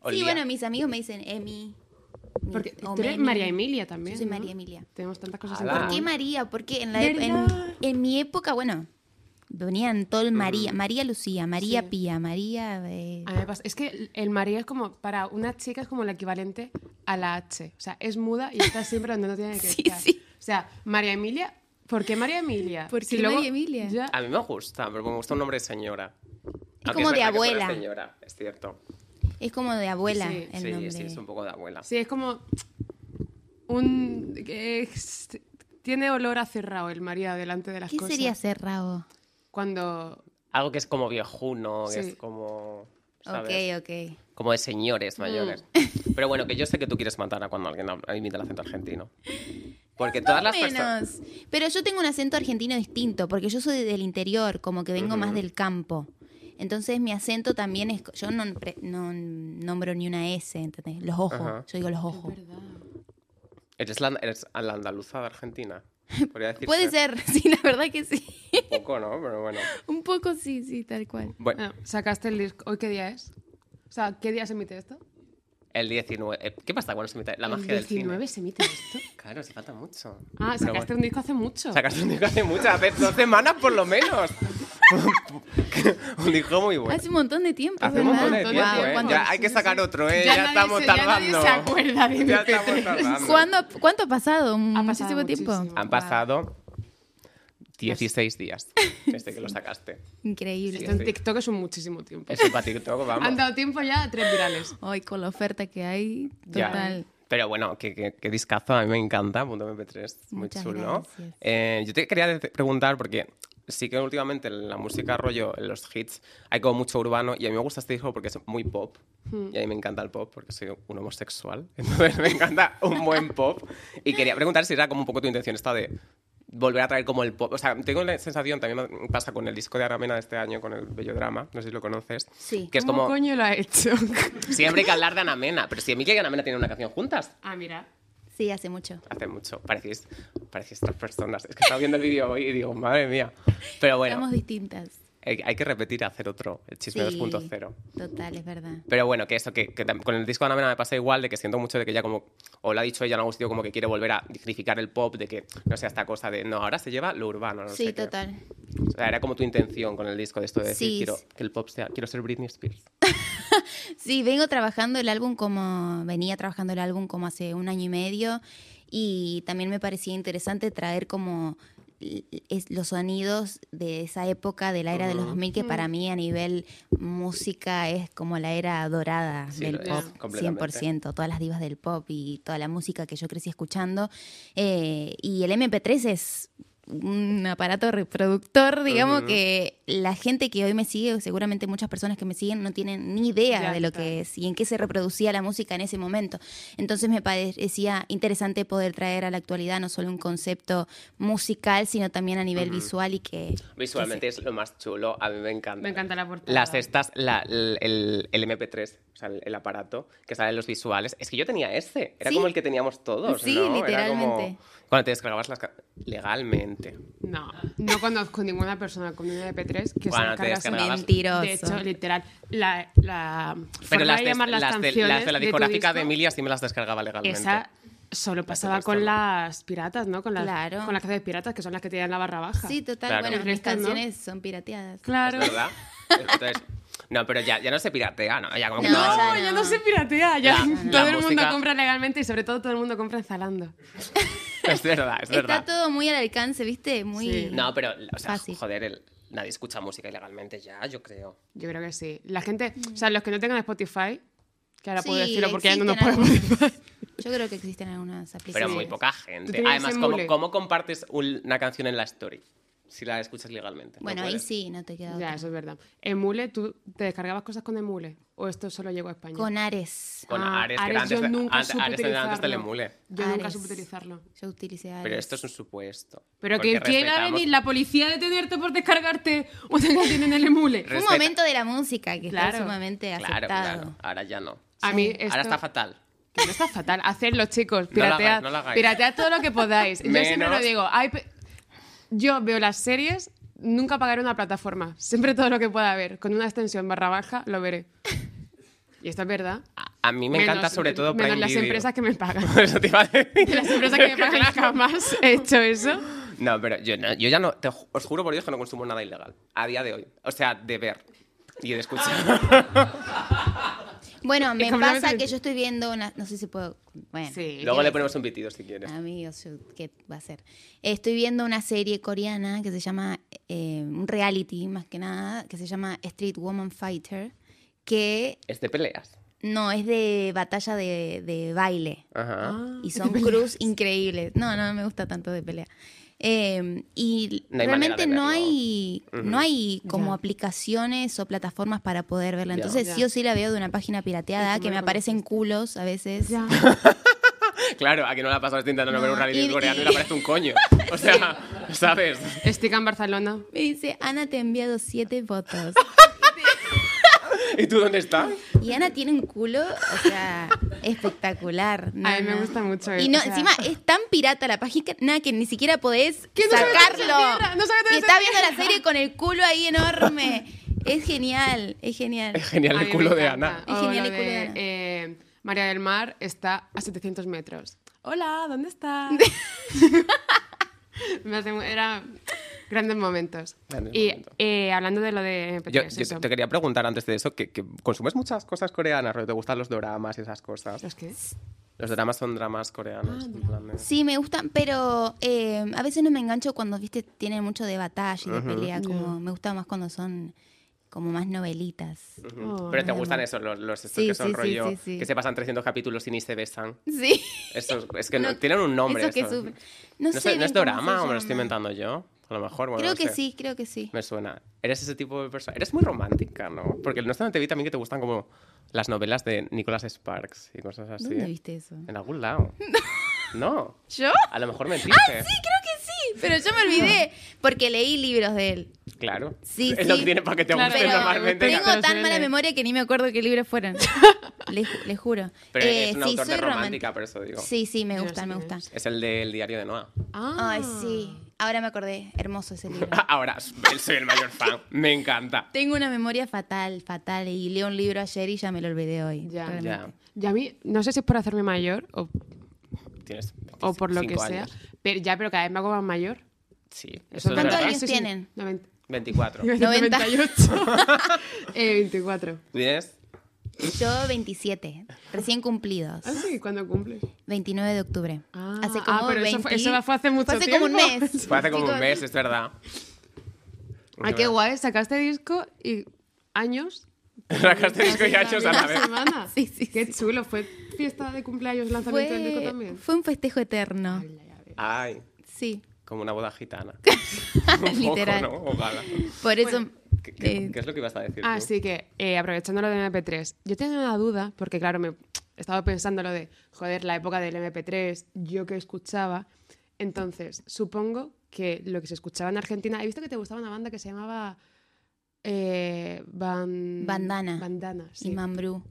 S1: O
S3: sí,
S1: Lía.
S3: bueno, mis amigos me dicen Emi. mi-
S2: Porque
S3: o
S2: tú eres
S3: Memi.
S2: María Emilia también,
S3: Yo soy
S2: ¿no?
S3: María Emilia.
S2: Tenemos tantas cosas en
S1: Ala.
S2: común.
S3: ¿Por qué María? Porque en, la ep-
S2: ¿Verdad? Mm.
S3: en, en mi época, bueno, venían todo el María, María Lucía, María
S2: Sí. Ah.
S3: Pía, María... eh,
S2: A mí me pasa- Es que el- el María es como, para una chica es como el equivalente a la H. O sea, es muda y está siempre donde no tiene que
S3: Sí,
S2: estar.
S3: sí.
S2: O sea, María Emilia, ¿por qué María Emilia?
S3: ¿Por
S2: Si
S3: qué
S2: luego
S3: María Emilia?
S2: ya-
S1: A mí me gusta, pero me gusta un nombre de señora. Aunque Es
S3: como de
S1: verdad que suena
S3: abuela.
S1: señora, es cierto.
S3: es como de abuela
S2: Sí,
S3: el
S1: sí,
S3: nombre.
S1: sí, es un poco de abuela.
S2: Sí, es como un... que es- tiene olor a cerrado el María delante de las
S3: ¿Qué
S2: cosas.
S3: sería cerrado?
S2: Cuando...
S1: Algo que es como viejuno, que
S2: Sí.
S1: es como.
S3: Ok,
S1: ¿sabes?
S3: ok. Mm.
S1: Como de señores mayores. Pero bueno, que yo sé que tú quieres matar a cuando alguien hab- imita el acento argentino. Porque todas las personas.
S3: menos. Pero yo tengo un acento argentino distinto, porque yo soy del interior, como que vengo más del campo. Entonces mi acento también es... Yo no, pre- no nombro ni una S, ¿entendés? Los ojos,
S1: Ajá.
S3: yo digo los ojos.
S1: Eres la, eres la andaluza de Argentina. Podría decirse.
S3: Puede ser, sí, la verdad que sí.
S1: Un poco, ¿no? Pero bueno.
S3: Un poco sí, sí, tal cual.
S1: Bueno,
S2: Bueno, eh, sacaste el disco. ¿Hoy qué día es? O sea, ¿qué día se emite esto?
S1: el 19. eh, ¿Qué pasa cuando se imita? La magia
S2: ¿El 19
S1: del
S2: se emite esto?
S1: cine. Claro, se falta mucho.
S2: Ah,
S1: Pero
S2: sacaste
S1: bueno.
S2: un disco hace mucho.
S1: Sacaste un disco hace mucho, hace dos semanas por lo menos. un disco muy bueno.
S3: Hace un montón de tiempo,
S1: Hace
S3: ¿verdad?
S1: un montón de
S2: Wow,
S1: tiempo, ¿eh?
S2: cuando-
S1: Ya hay que sacar otro, ¿eh? Ya,
S2: Ya nadie
S1: estamos
S2: se- ya nadie
S1: tardando.
S2: se acuerda de
S1: Ya
S2: MP3.
S1: estamos tardando.
S3: ¿Cuándo- ¿Cuánto ha pasado?
S2: pasado
S3: Muchísimo tiempo.
S2: muchísimo.
S1: Han pasado 16 días desde que lo sacaste.
S3: Increíble.
S2: Esto en TikTok es un muchísimo tiempo.
S1: Es para TikTok, vamos.
S2: Han dado tiempo ya a tres virales.
S3: Hoy con la oferta que hay,
S1: Ya.
S3: total.
S1: Pero bueno, qué, qué- qué discazo, a mí me encanta, punto MP3, muy
S3: Muchas
S1: chulo.
S3: gracias.
S1: Eh, yo te quería de- preguntar, porque sí que últimamente en la música rollo, en los hits, hay como mucho urbano, y a mí me gusta este disco porque es muy pop,
S3: Hmm.
S1: y a mí me encanta el pop porque soy un homosexual, entonces me encanta un buen pop, y quería preguntar si era como un poco tu intención esta de volver a traer como el pop, o sea, tengo la sensación, también me pasa con el disco de Aramena de este año, con el Bellodrama, no sé si lo conoces,
S3: Sí.
S1: que es
S2: ¿Cómo
S1: como,
S2: coño lo ha hecho?
S1: siempre hay que hablar de Anamena, pero si Emilia y Anamena tienen una canción juntas.
S2: ah, mira.
S3: Sí, hace mucho.
S1: Hace mucho. Parecéis, parecéis tres personas. Es que estaba viendo el vídeo hoy y digo, madre mía. Pero bueno,
S3: Estamos distintas.
S1: hay, hay que repetir a hacer otro, el chisme
S3: Sí.
S1: 2.0.
S3: Total, es verdad.
S1: Pero bueno, que eso, que, que tam- con el disco de Ana Mena me pasa igual, de que siento mucho de que ya como, o lo ha dicho ella en algún sitio, como que quiere volver a dignificar el pop, de que no sea esta cosa de, no, ahora se lleva lo urbano, no
S3: sí,
S1: sé qué.
S3: total.
S1: O sea, era como tu intención con el disco de esto de decir,
S3: Sí,
S1: quiero
S3: sí.
S1: que el pop sea, quiero ser Britney Spears.
S3: Sí, vengo trabajando el álbum como, venía trabajando el álbum como hace un año y medio y también me parecía interesante traer como l- es- los sonidos de esa época de la era de los 2000 que para mí a nivel música es como la era dorada
S1: Sí,
S3: del
S1: lo es,
S3: pop
S1: completamente.
S3: 100%, todas las divas del pop y toda la música que yo crecí escuchando Eh, y el MP3 es un aparato reproductor, digamos
S1: Ujú.
S3: que la gente que hoy me sigue, o seguramente muchas personas que me siguen no tienen ni idea idea
S2: Ya
S3: de lo
S2: está.
S3: que es y en qué se reproducía la música en ese momento. Entonces me parecía interesante poder traer a la actualidad no solo un concepto musical, sino también a nivel visual y que...
S1: Visualmente es lo más chulo, a mí me encanta.
S2: Me encanta la portada.
S1: Las estas, la- el, el- el MP3, o sea, el, el aparato que sale en los visuales. Es que yo tenía ese, era
S3: Sí.
S1: como el que teníamos todos.
S3: Sí,
S1: ¿no? Era
S3: literalmente.
S1: como cuando te descargabas las ca- legalmente.
S2: No, no conozco ninguna persona con un MP3 que
S1: Bueno, te
S2: se descargase
S3: que se-
S1: descargabas.
S3: Mentiroso.
S2: De hecho, literal, la, la forma de
S1: des-
S2: llamar las,
S1: las de,
S2: canciones
S1: las de la
S2: tu
S1: discográfica de,
S2: disco,
S1: Emilia sí me las descargaba legalmente.
S2: Esa solo pasaba
S1: otras
S2: con
S1: no.
S2: las piratas, ¿no? Con las,
S3: Claro.
S2: con las canciones piratas, que son las que tenían la barra baja.
S3: sí, total.
S1: Claro.
S3: Bueno,
S2: El
S3: mis
S2: resto, ¿no?
S3: canciones son pirateadas.
S2: claro.
S1: ¿Es verdad? Entonces, no, pero ya, ya no se piratea, ¿no? Ya como que
S3: No,
S1: todo-
S2: No, ya no se piratea, ya
S1: La- la
S2: todo el mundo
S1: música-
S2: compra legalmente y sobre todo todo el mundo compra en Zalando.
S1: Es verdad, es
S3: Está
S1: verdad.
S3: todo muy al alcance, ¿viste? Muy...
S2: Sí.
S1: No, pero, o sea,
S3: Fácil.
S1: joder, el- nadie escucha música ilegalmente ya, yo creo.
S2: Yo creo que sí. La gente, o sea, los que no tengan Spotify, que ahora puedo
S3: Sí,
S2: decirlo porque ya no nos
S3: existen
S2: ponemos
S3: algunas. Yo creo que existen algunas
S1: Pero
S3: aplicaciones.
S1: muy poca
S2: Tú
S1: gente.
S2: tenías
S1: Además,
S2: en
S1: ¿cómo,
S2: Mule.
S1: cómo compartes un- una canción en la story? Si la escuchas legalmente. No
S3: Bueno, ahí
S1: puedes.
S3: sí, no te queda
S2: Ya,
S3: otra.
S2: eso es verdad. ¿Emule? ¿Tú te descargabas cosas con Emule? ¿O esto solo llegó a España?
S3: Con Ares.
S1: Con
S2: Ah,
S1: Ares, que era
S2: Ares
S1: antes,
S2: yo
S1: de-
S2: nunca
S1: antes-
S2: supe
S1: Ares era antes
S2: utilizarlo.
S1: Telemule.
S2: Yo nunca
S3: Ares.
S2: supe utilizarlo.
S3: Yo utilicé Ares.
S1: Pero esto es un supuesto.
S2: Pero
S1: Porque
S2: que quién va a venir
S1: respetamos-
S2: la policía a detenerte por descargarte una canción en el Emule.
S1: Re-
S3: un
S1: Respeta.
S3: momento de la música que
S2: Claro.
S3: está sumamente
S1: Claro,
S3: aceptado.
S1: claro. Ahora ya no.
S2: A mí esto...
S1: Ahora está fatal.
S2: Que no está fatal. Hacedlo, chicos.
S1: No lo hagáis,
S2: Piratead,
S1: no lo hagáis.
S2: piratead todo lo que podáis. Yo siempre
S1: Menos-
S2: lo digo. hay pe- Yo veo las series, nunca pagaré una plataforma. Siempre todo lo que pueda ver. Con una extensión barra baja lo veré. Y esto es verdad.
S1: A, a mí me encanta
S2: Menos-
S1: sobre todo
S2: menos
S1: Prime
S2: las
S1: Video.
S2: empresas que me pagan.
S1: Eso te iba a decir.
S2: De las empresas que me pagan jamás he hecho eso.
S1: No, pero yo, no- yo ya no, te ju- os juro por Dios que no consumo nada ilegal, a día de hoy. O sea, de ver y de
S3: Ah,
S1: escuchar.
S3: Bueno, me
S2: completamente
S3: pasa que
S2: distinto.
S3: yo estoy viendo una. No sé si puedo. Bueno.
S2: Sí.
S1: Luego le ponemos un pitido si quieres.
S3: Amigos, yo- ¿qué va a ser? Estoy viendo una serie coreana que se llama, eh, un reality más que nada, que se llama Street Woman Fighter, que
S1: Es de peleas.
S3: no es de batalla de, de baile.
S1: Ajá.
S3: Y son cruz increíbles. No, no me gusta tanto de pelea. Eh, y
S1: No hay
S3: realmente
S1: manera de
S3: no
S1: verlo.
S3: hay, no hay como
S2: Ya.
S3: aplicaciones o plataformas para poder verla.
S1: Ya.
S3: Entonces
S2: Ya.
S3: sí o sí la veo de una página pirateada
S2: Es que
S3: que
S2: me
S3: me
S2: lo
S3: aparecen culos a veces.
S2: Ya.
S1: Claro, a que no la pasado intentando no,
S3: No,
S1: ver un reality
S3: Ah, y-
S1: coreano y,
S3: y-
S1: le aparece un coño. O sea, ¿sabes?
S2: Estica en Barcelona.
S3: Me dice, Ana te ha enviado siete fotos.
S1: ¿Y tú dónde estás?
S3: Y Ana tiene un culo, o sea, espectacular. No,
S2: A mí me
S3: no.
S2: gusta mucho
S3: Y
S2: eso,
S3: no,
S2: o sea.
S3: encima es tan pirata la página que ni siquiera podés
S2: Que no sabe dónde se
S3: sacarlo.
S2: cierra, no sabe dónde
S3: y
S2: se
S3: está viendo la
S2: cierra.
S3: serie con el culo ahí enorme. Es genial, es genial.
S1: Es genial
S2: A
S1: el
S2: mí
S1: culo
S2: me
S1: de
S2: encanta.
S1: Ana.
S3: Es
S2: O
S3: genial
S2: lo
S3: el culo de Ana.
S2: eh, María del Mar está a 700 metros. Hola, ¿dónde estás? Me hace mu- era grandes momentos.
S1: Grandes
S2: y
S1: momentos.
S2: eh, hablando de lo de MP3,
S1: Yo, yo
S2: eso.
S1: te quería preguntar antes de eso, que, que consumes muchas cosas coreanas, rollo, ¿te gustan los doramas y esas cosas?
S2: ¿Los qué?
S1: Los doramas son dramas coreanos.
S3: Ah,
S1: en plan de-
S3: Sí, me gustan, pero eh, a veces no me engancho cuando, viste, tienen mucho de batalla y de pelea. Como, Me gusta más cuando son como más novelitas.
S1: Ujú.
S2: Oh,
S1: Pero te
S2: no.
S1: gustan esos, los, los estos
S3: Sí,
S1: que son
S3: sí, sí,
S1: rollo,
S3: sí, sí.
S1: que se pasan 300 capítulos y ni se besan.
S3: Sí.
S1: Esos- es que Mm. no- tienen un nombre.
S3: Eso que
S1: esos.
S3: sufre. No,
S1: No,
S3: sé,
S1: sé, ¿no
S3: bien
S1: es
S3: cómo
S1: dorama
S3: se
S1: o me lo estoy
S3: llama.
S1: inventando yo? A lo mejor, bueno,
S3: Creo
S1: no
S3: que
S1: sé.
S3: sí, creo que sí.
S1: Me suena. Eres ese tipo de persona. Eres muy romántica, ¿no? Porque no obstante, te vi también que te gustan como las novelas de Nicholas Sparks y cosas así.
S3: ¿Dónde viste eso?
S1: En algún lado. No.
S3: ¿Yo?
S1: A lo mejor mentiste.
S3: Ah, sí, creo que sí, pero yo me olvidé porque leí libros de él.
S1: Claro.
S3: Sí,
S1: es lo
S3: sí.
S1: que tiene para que te
S2: Claro,
S1: guste
S3: Pero
S1: normalmente.
S2: ya.
S3: tengo
S2: Pero
S3: tan
S2: sí
S3: mala
S2: leí.
S3: memoria que ni me acuerdo qué libros fueron. Les, ju- les juro.
S1: Pero
S3: Eh,
S1: es un
S3: sí,
S1: autor
S3: soy
S1: de romántica,
S3: romántica.
S1: por eso digo.
S3: Sí, sí, me
S2: Yo
S3: gusta,
S2: sé
S3: me
S2: quién
S3: gusta.
S1: Es el del diario de Noah.
S2: Ah,
S3: Ay, sí. Ahora me acordé, hermoso ese libro.
S1: Ahora soy el mayor fan, me encanta.
S3: Tengo una memoria fatal, fatal, y leo un libro ayer y ya me lo olvidé hoy.
S2: Ya.
S3: realmente.
S1: Ya,
S2: Y a mí, no sé si es por hacerme mayor o,
S1: tienes.
S2: o por lo que
S1: 25
S2: sea,
S1: años.
S2: pero ya, pero cada vez me hago más mayor.
S1: Sí,
S2: Eso
S1: eso es
S2: es
S3: ¿Cuántos
S1: verdad.
S2: verdad.
S3: años
S2: Eso sí,
S3: tienen?
S2: 90,
S1: 24.
S2: iba a decir
S3: 90.
S2: 98. eh, 24.
S1: ¿Tienes?
S3: Yo 27, recién cumplidos.
S2: Ah, sí, ¿cuándo cumples?
S3: 29 de octubre.
S2: Ah,
S3: hace como
S2: ah, pero eso fue-
S3: 20
S2: eso fue hace mucho
S3: Fue hace como un
S2: tiempo.
S3: mes.
S1: Fue hace como un
S3: Chicos,
S1: mes, es verdad.
S2: Ah, qué guay, sacaste disco y años.
S1: Sacaste disco y
S3: Hace
S1: años a la
S2: una
S1: vez.
S2: semana.
S3: Sí, sí,
S2: Qué chulo, fue fiesta de cumpleaños, lanzamiento del disco
S3: Fue, Ah.
S2: también.
S3: fue un festejo eterno.
S1: Ay,
S3: sí,
S1: como una boda gitana. Un poco,
S3: literal.
S1: ¿no? Ojalá.
S3: Por eso.
S1: ¿Qué, qué-
S3: eh,
S1: qué es lo que ibas a decir? tú?
S2: Así que, eh, aprovechando lo del MP3, yo tenía una duda, porque claro, me estaba pensando lo de, joder, la época del MP3, yo que escuchaba. Entonces, supongo que lo que se escuchaba en Argentina, he visto que te gustaba una banda que se llamaba... eh, Ban-
S3: Bandana.
S2: Bandana, sí.
S3: y Mambrú.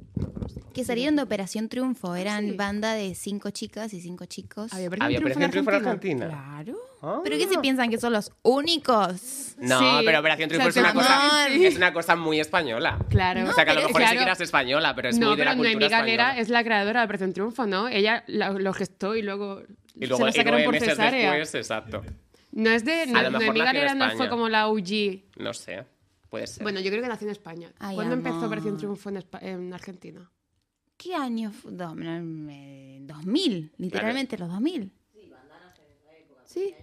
S3: Que salieron de Operación Triunfo. Eran
S2: Sí.
S3: banda de cinco chicas y cinco chicos.
S2: Había
S1: Había
S2: Operación
S1: Operación Triunfo en Argentina.
S3: Claro.
S1: Ah.
S3: ¿Pero qué se piensan que son los únicos?
S1: No,
S2: Sí.
S1: pero Operación Triunfo
S2: O
S1: es
S2: sea,
S1: una,
S3: te
S1: cosa,
S3: mandan-
S1: es una cosa muy española.
S2: Claro.
S1: o sea, que a lo
S3: No,
S1: mejor ni
S3: pero-
S2: claro.
S1: siquiera es española, pero es
S2: no,
S1: muy de
S2: pero
S1: la cultura
S2: Noemí Galera
S1: española.
S2: es la creadora de Operación Triunfo, ¿no? Ella la- lo, gestó y luego,
S1: Y luego,
S2: se lo
S1: y
S2: sacaron
S1: nueve
S2: por ¿eh?
S1: meses
S2: cesárea.
S1: después, exacto.
S2: No es de... No,
S1: lo mejor
S2: Noemí
S1: nació en
S2: Galera no fue
S1: España.
S2: como la UG.
S1: No sé, puede ser.
S2: Bueno, yo creo que nació en España.
S3: Ay,
S2: ¿Cuándo empezó
S3: amor.
S2: Operación Triunfo en, Espa- en Argentina?
S3: ¿Qué año? fue? Dos- no, eh, 2000, literalmente los 2000. Sí,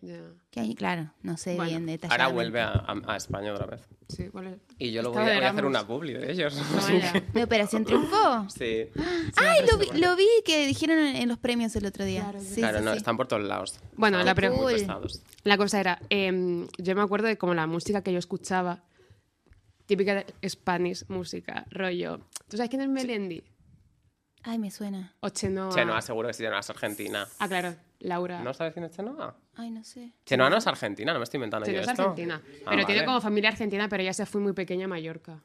S2: Ya.
S3: ¿Qué año? Claro, no sé
S2: Bueno,
S3: bien detalladamente.
S1: Ahora vuelve a, a- a España otra vez.
S2: Sí, ¿cuál es?
S1: Y yo lo voy,
S2: Estaba
S1: a-
S2: de
S1: voy a hacer
S2: Erasmus.
S1: una publi de ellos.
S2: No, ya.
S3: ¿De Operación Triunfo?
S1: sí.
S3: Ay, lo vi, lo vi que dijeron en, en los premios el otro día.
S2: Claro,
S3: Sí,
S1: Claro,
S3: sí,
S1: no,
S3: sí.
S1: están por todos lados.
S2: Bueno,
S1: Están
S2: la pre-
S1: muy
S3: Cool.
S1: pesados.
S2: La cosa era, em, yo me acuerdo de como la música que yo escuchaba, típica de Spanish música, rollo. ¿Tú sabes quién es Melendi?
S3: Ay, me suena.
S2: O Chenoa.
S1: Chenoa, seguro que sí, Chenoa es argentina.
S2: Ah, claro, Laura.
S1: ¿No sabes quién es Chenoa?
S3: Ay, no sé.
S1: Chenoa no es argentina, no me estoy inventando
S2: Chenoa
S1: yo
S2: es
S1: esto.
S2: argentina.
S1: Ah,
S2: pero tiene
S1: vale.
S2: como familia argentina, pero ella se fue muy pequeña a Mallorca.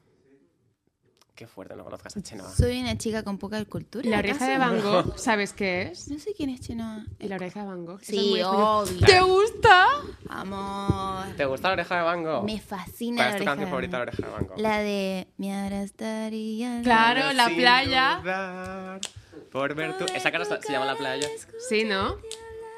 S1: Qué fuerte, no conozcas a Chenoa.
S3: Soy una chica con poca cultura.
S2: La oreja de
S3: ¿acaso?
S2: Van Gogh, ¿sabes qué es?
S3: No sé quién es Chenoa.
S2: La oreja de Van Gogh. Eso es
S3: Sí, oh.
S2: muy español.
S3: obvio.
S2: ¿Te gusta?
S3: Amor.
S1: ¿Te gusta la oreja de Van Gogh?
S3: Me fascina
S1: ¿Cuál es tu
S3: la oreja
S1: canción
S3: de
S1: favorita de
S3: Van
S1: la oreja de Van Gogh?
S3: Gogh. La de me abrazaría.
S2: Claro, la
S1: Sin
S2: playa.
S1: dudar, por ver tu... Esa cara se llama La playa.
S2: Sí, ¿no?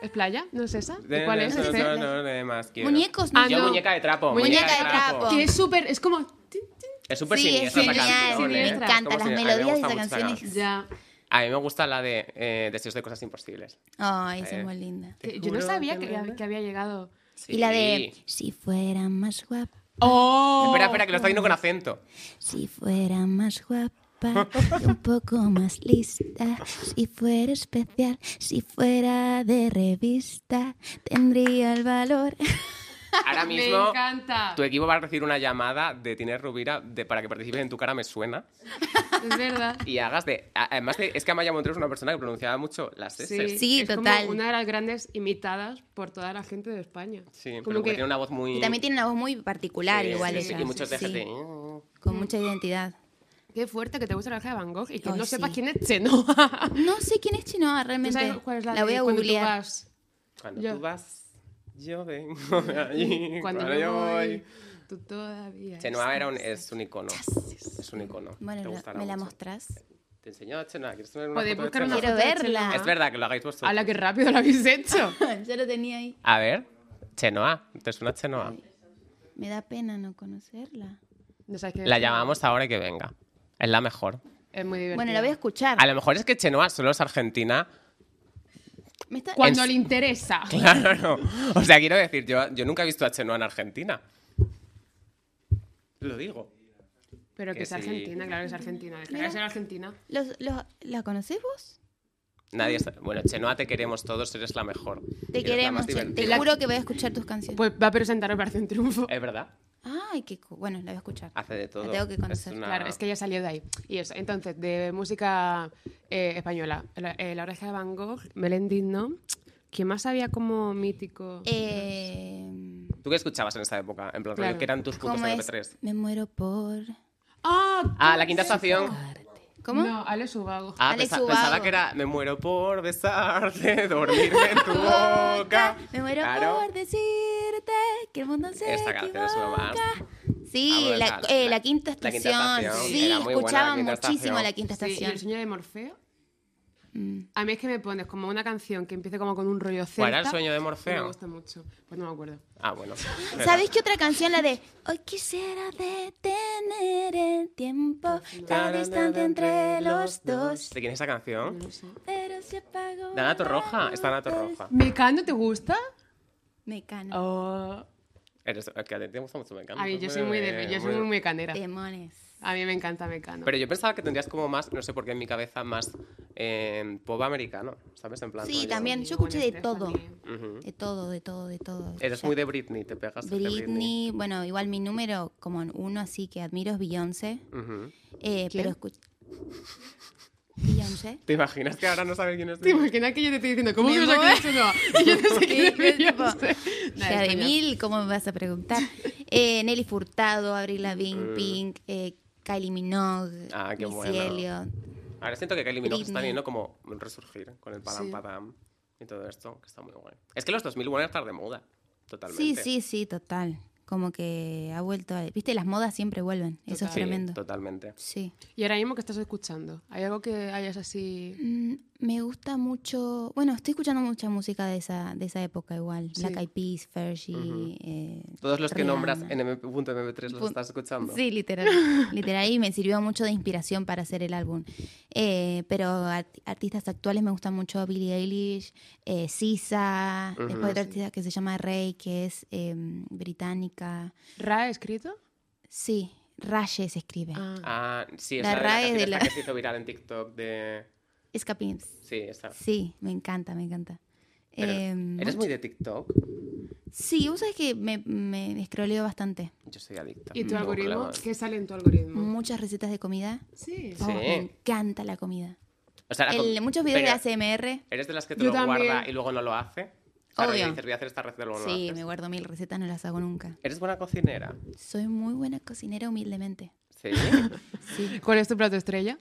S2: ¿Es playa? ¿no es esa? ¿De cuál es?
S1: No,
S2: Este-
S1: no, no, no, más quiero.
S3: Muñecos,
S2: Ah,
S3: no.
S1: Yo
S2: no.
S1: muñeca de trapo.
S3: Muñeca
S1: Muñeca,
S3: de trapo.
S2: Que es súper, es como... tin, tin.
S1: Es súper
S3: Sí, es
S1: siniestra esa
S3: genial,
S1: canción. ¿eh?
S2: me
S1: Es como
S3: encanta, las
S1: siniestra. A mí me
S3: melodías de
S1: gusta
S3: esa
S1: mucho
S3: canción
S1: canción.
S3: es-
S2: Ya.
S1: A mí me gusta la de eh, Deseos de cosas imposibles.
S3: Ay, esa
S1: Eh.
S3: es muy linda.
S1: Te
S2: Yo no
S1: juro
S2: sabía
S1: que
S2: que,
S1: me-
S2: que había llegado...
S1: Sí.
S3: Y la de si fuera más guapa,
S2: ¡Oh!
S1: Espera, espera, que lo está viendo con acento.
S3: si fuera más guapa, y un poco más lista, si fuera especial, si fuera de revista, tendría el valor.
S1: Ahora
S2: Me
S1: mismo
S2: encanta.
S1: tu equipo va a recibir una llamada de Tiner Rubira de- para que participes en Tu cara me suena
S2: Es verdad.
S1: y hagas de... a- Además, de- es que Amaya Montero es una persona que pronunciaba mucho las S.
S2: Sí,
S3: Sí,
S2: es como
S3: total.
S2: una de las grandes imitadas por toda la gente de España.
S1: Sí,
S2: Como
S1: pero que
S2: que-
S1: tiene una voz muy...
S3: Y también tiene una voz muy particular,
S1: Sí,
S3: igual
S1: sí, sí,
S3: ella.
S1: Y muchos de
S3: Sí,
S1: GTI.
S3: Con mucha identidad.
S2: Qué fuerte que te gusta la oreja de Van Gogh y que
S3: Ay,
S2: no
S3: sí.
S2: sepas quién es Chenoa.
S3: No sé quién es Chinoa
S2: ¿Tú
S3: realmente.
S2: sabes cuál es la,
S3: voy
S2: de
S3: a
S2: cuando tú
S3: googlear.
S2: vas?
S1: Cuando
S2: Yo-
S1: tú vas, yo vengo de allí.
S2: Cuando
S1: Cuando,
S2: me
S1: yo voy.
S2: Tú todavía.
S1: Chenoa era un-
S2: estás
S1: es un icono. Es un icono. Te
S3: Bueno,
S1: gustará
S3: me la
S1: mucho.
S3: mostrás.
S1: Te enseñó a Chenoa. ¿Quieres tener una
S2: Podéis
S1: foto de
S2: buscar una
S1: Chenoa?
S3: Quiero
S2: foto de
S3: verla.
S2: Chenoa.
S1: Es verdad que lo hagáis vosotros.
S2: ¡Hala, qué rápido lo habéis hecho!
S3: ya lo tenía ahí.
S1: A ver, Chenoa. ¿Te suena Chenoa?
S3: Me da pena no conocerla.
S2: No sabes quién es
S1: La
S2: Chenoa.
S1: llamamos ahora y que venga. Es la mejor.
S2: Es muy divertido.
S3: Bueno, la voy a escuchar.
S1: A lo mejor es que Chenoa solo es argentina.
S3: Me está-
S2: Cuando
S1: en-
S2: le interesa.
S1: Claro, no. O sea, quiero decir, yo, yo nunca he visto a Chenoa en Argentina. Lo digo.
S2: Pero que
S1: Que
S2: es
S1: sí.
S2: argentina, claro que es argentina. Deja de
S3: Mira.
S2: ser argentina.
S3: ¿Los, los- ¿La conocés vos?
S1: Nadie está... Bueno, Chenoa, te queremos todos, eres la mejor.
S3: Te
S1: Eres la
S3: queremos.
S1: más
S3: Te
S1: divertida.
S3: juro que voy a escuchar tus canciones.
S2: Pues va a presentar Operación Triunfo.
S1: Es verdad,
S3: Ay, qué cu- Bueno, la voy a escuchar.
S1: hace de todo.
S3: La tengo que conocer.
S1: una-
S2: Claro, es que ella salió de ahí. Y eso, entonces, de música eh, española, la, eh, La oreja de Van Gogh, Melendi, ¿no? ¿Quién más había como mítico?
S3: Eh,
S1: ¿Tú qué escuchabas en esa época? En plan,
S2: Claro.
S1: ¿qué eran tus puntos
S3: ¿Cómo
S1: en
S3: es?
S1: MP3?
S3: Me muero por.
S2: ¡Ah!
S1: Ah, la quinta estación.
S3: tocarte. ¿Cómo?
S2: No, Alex Ubago.
S1: Ah,
S3: Alex
S1: pensa-
S3: Ubago.
S1: pensaba que era me muero por besarte, dormirme en tu boca.
S3: Me muero
S1: Claro.
S3: por decirte que el mundo se
S1: Esta canción es una más.
S3: equivoca. Sí,
S1: Amo
S3: la,
S1: esa-
S3: eh,
S1: la-
S3: la quinta
S1: la quinta
S3: estación.
S1: estación,
S3: Sí,
S1: era muy buena la
S3: escuchaba
S1: quinta
S3: muchísimo
S1: estación.
S3: la quinta
S2: Sí, y
S3: estación.
S2: el sueño de Morfeo.
S3: Mm.
S2: A mí es que me pones como una canción que empiece como con un rollo celta.
S1: ¿Cuál era el sueño de
S2: Me
S1: Morfeo?
S2: gusta mucho. Pues no me acuerdo.
S1: Ah, bueno.
S3: ¿Sabéis qué otra canción? La de Hoy quisiera detener el tiempo tan distante entre los dos.
S1: ¿De quién es esa canción?
S2: No sé.
S3: Pero se apagó.
S1: De Ana Torroja. Está Ana Torroja.
S2: ¿Mecano te gusta?
S3: Me cano.
S2: Oh,
S1: Eres, es que a ti te gusta mucho Mecano.
S2: a mí
S1: tú
S2: yo
S1: muy
S2: soy muy
S1: de-
S2: de, yo soy muy mecanera.
S3: Demones.
S2: A mí me encanta Mecano.
S1: Pero yo pensaba que tendrías como más, no sé por qué en mi cabeza, más eh, pop americano, ¿sabes? En plan.
S3: Sí,
S1: rollo-
S3: también. Yo
S2: Bueno,
S3: escuché de
S2: Stephanie.
S3: todo.
S1: Ujú.
S3: De todo, de todo, de todo.
S1: Eres
S3: Ya.
S1: muy de Britney, te pegas. de
S3: Britney, bueno, igual mi número como en uno así que admiro es Beyoncé.
S1: Ujú.
S3: Eh,
S2: ¿Quién?
S3: pero escucha. Beyoncé.
S1: ¿Te imaginas que ahora no sabes quién es?
S2: ¿Te imaginas que yo te estoy diciendo, ¿cómo
S3: Me
S2: que no
S3: muero.
S2: sabes quién es Chenoa? Y yo no sé quién es
S3: Sí, yo tipo,
S2: Beyoncé. Nada,
S3: Ya de
S2: es coña.
S3: mil, ¿cómo me vas a preguntar? Eh, Nelly Furtado, Avril Lavigne, Pink, eh, Kylie Minogue,
S1: Ah, qué
S3: Missy
S1: bueno.
S3: Elliott.
S1: Ahora siento que Kylie Minogue está
S3: Britney.
S1: viendo como un resurgir con el padam
S2: Sí.
S1: padam y todo esto, que está muy guay. Es que los 2000 van a estar de moda, totalmente.
S3: Sí, sí, sí, total. Como que ha vuelto. a- Viste, las modas siempre vuelven. Eso es
S2: Total.
S1: Sí,
S3: tremendo.
S1: totalmente.
S3: Sí.
S2: Y ahora mismo que estás escuchando, ¿hay algo que hayas así?
S3: Mm, Me gusta mucho. Bueno, estoy escuchando mucha música de esa, de esa época igual.
S2: Sí.
S3: Black Eyed Peas, Fergie. eh,
S1: Todos los que
S3: Rihanna.
S1: nombras en mp.mp3 los
S3: Pun-
S1: estás escuchando.
S3: Sí, literal. literal, y me sirvió mucho de inspiración para hacer el álbum. Eh, pero arti- artistas actuales me gustan mucho Billie Eilish, eh, Sisa,
S1: Ujú.
S3: después otra artista que se llama Rey, que es eh, británica.
S2: ¿Ra escrito?
S3: Sí, Raye se escribe.
S2: Ah.
S1: Ah, sí,
S3: La
S1: esa de
S3: RAE
S1: la,
S3: de
S1: de la...
S3: la-
S1: que se hizo viral en TikTok de...
S3: Escapins.
S1: Sí, esa.
S3: Sí, me encanta, me encanta.
S1: Ah. Pero,
S3: Eh,
S1: ¿Eres
S3: mucho-
S1: muy de TikTok?
S3: Sí, vos sabés que me, me escroleo bastante.
S1: Yo soy adicta.
S2: ¿Y tu
S1: No,
S2: algoritmo?
S1: claro.
S2: ¿Qué sale en tu algoritmo?
S3: Muchas recetas de comida.
S2: Sí.
S3: Oh,
S1: Sí.
S3: me encanta la comida.
S1: O sea, la co-
S3: El- muchos videos
S1: Pero,
S3: de ASMR.
S1: ¿Eres de las que te
S2: Yo
S1: lo guarda
S2: también.
S1: y luego no lo hace? Claro,
S3: Obvio.
S1: que dices, voy a hacer esta receta y luego no
S3: Sí,
S1: lo
S3: me
S1: haces.
S3: guardo mil recetas, no las hago nunca.
S1: ¿Eres buena cocinera?
S3: Soy muy buena cocinera humildemente.
S1: Sí.
S3: Sí.
S2: ¿Cuál es tu plato estrella?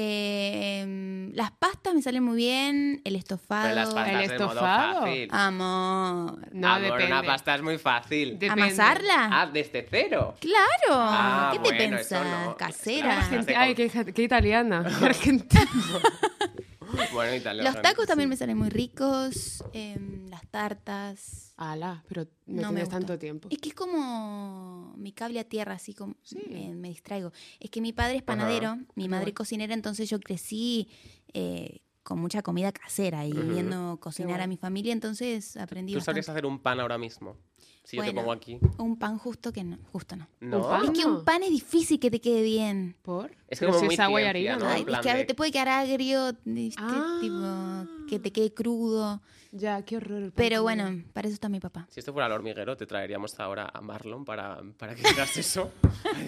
S3: Eh, las pastas me salen muy bien, el estofado.
S1: Pero las pastas
S2: ¿El
S1: de modo
S2: estofado? Ah,
S1: fácil.
S3: Amor.
S2: No,
S1: Amor,
S2: depende.
S1: una pasta es muy fácil.
S2: Depende.
S3: ¿Amasarla?
S1: Ah, desde cero.
S3: Claro.
S1: Ah,
S3: ¿Qué te
S1: bueno, eso
S3: pensás?
S1: no.
S3: Casera.
S1: Claro,
S2: Argenti- Ah, Ay, qué, qué italiana. Argentina.
S1: Bueno, italiano.
S3: Los tacos también me salen muy ricos. em, las tartas.
S2: Ala, pero no,
S3: No me
S2: tienes
S3: gusta.
S2: tanto tiempo.
S3: Es que es como mi cable a tierra, así como
S2: Sí.
S3: me, me distraigo. Es que mi padre es panadero, mi madre
S2: bueno.
S3: cocinera, entonces yo crecí eh, con mucha comida casera y
S1: Ujú.
S3: viendo cocinar a
S2: bueno.
S3: mi familia, entonces aprendí
S1: ¿Tú sabrías
S3: bastante.
S1: hacer un pan ahora mismo? Si yo te
S3: Bueno.
S1: pongo aquí.
S3: Un pan justo que no, justo no.
S1: No.
S2: pan?
S3: Es que
S2: no.
S3: un pan es difícil que te quede bien.
S2: ¿Por?
S1: Es que
S2: Pero
S1: como
S2: si
S1: muy
S2: agua y
S1: ciencia,
S2: harina,
S1: ¿no?
S3: Ay,
S1: en
S3: es
S1: plan
S3: que a
S1: de-
S3: veces te puede quedar agrio, ¿viste?
S2: Ah.
S3: Tipo, que te quede crudo.
S2: Ya, qué horror. el pan
S3: Pero
S2: con
S3: bueno, para eso está mi papá.
S1: Si esto fuera el hormiguero, te traeríamos ahora a Marlon para, para que hagas eso.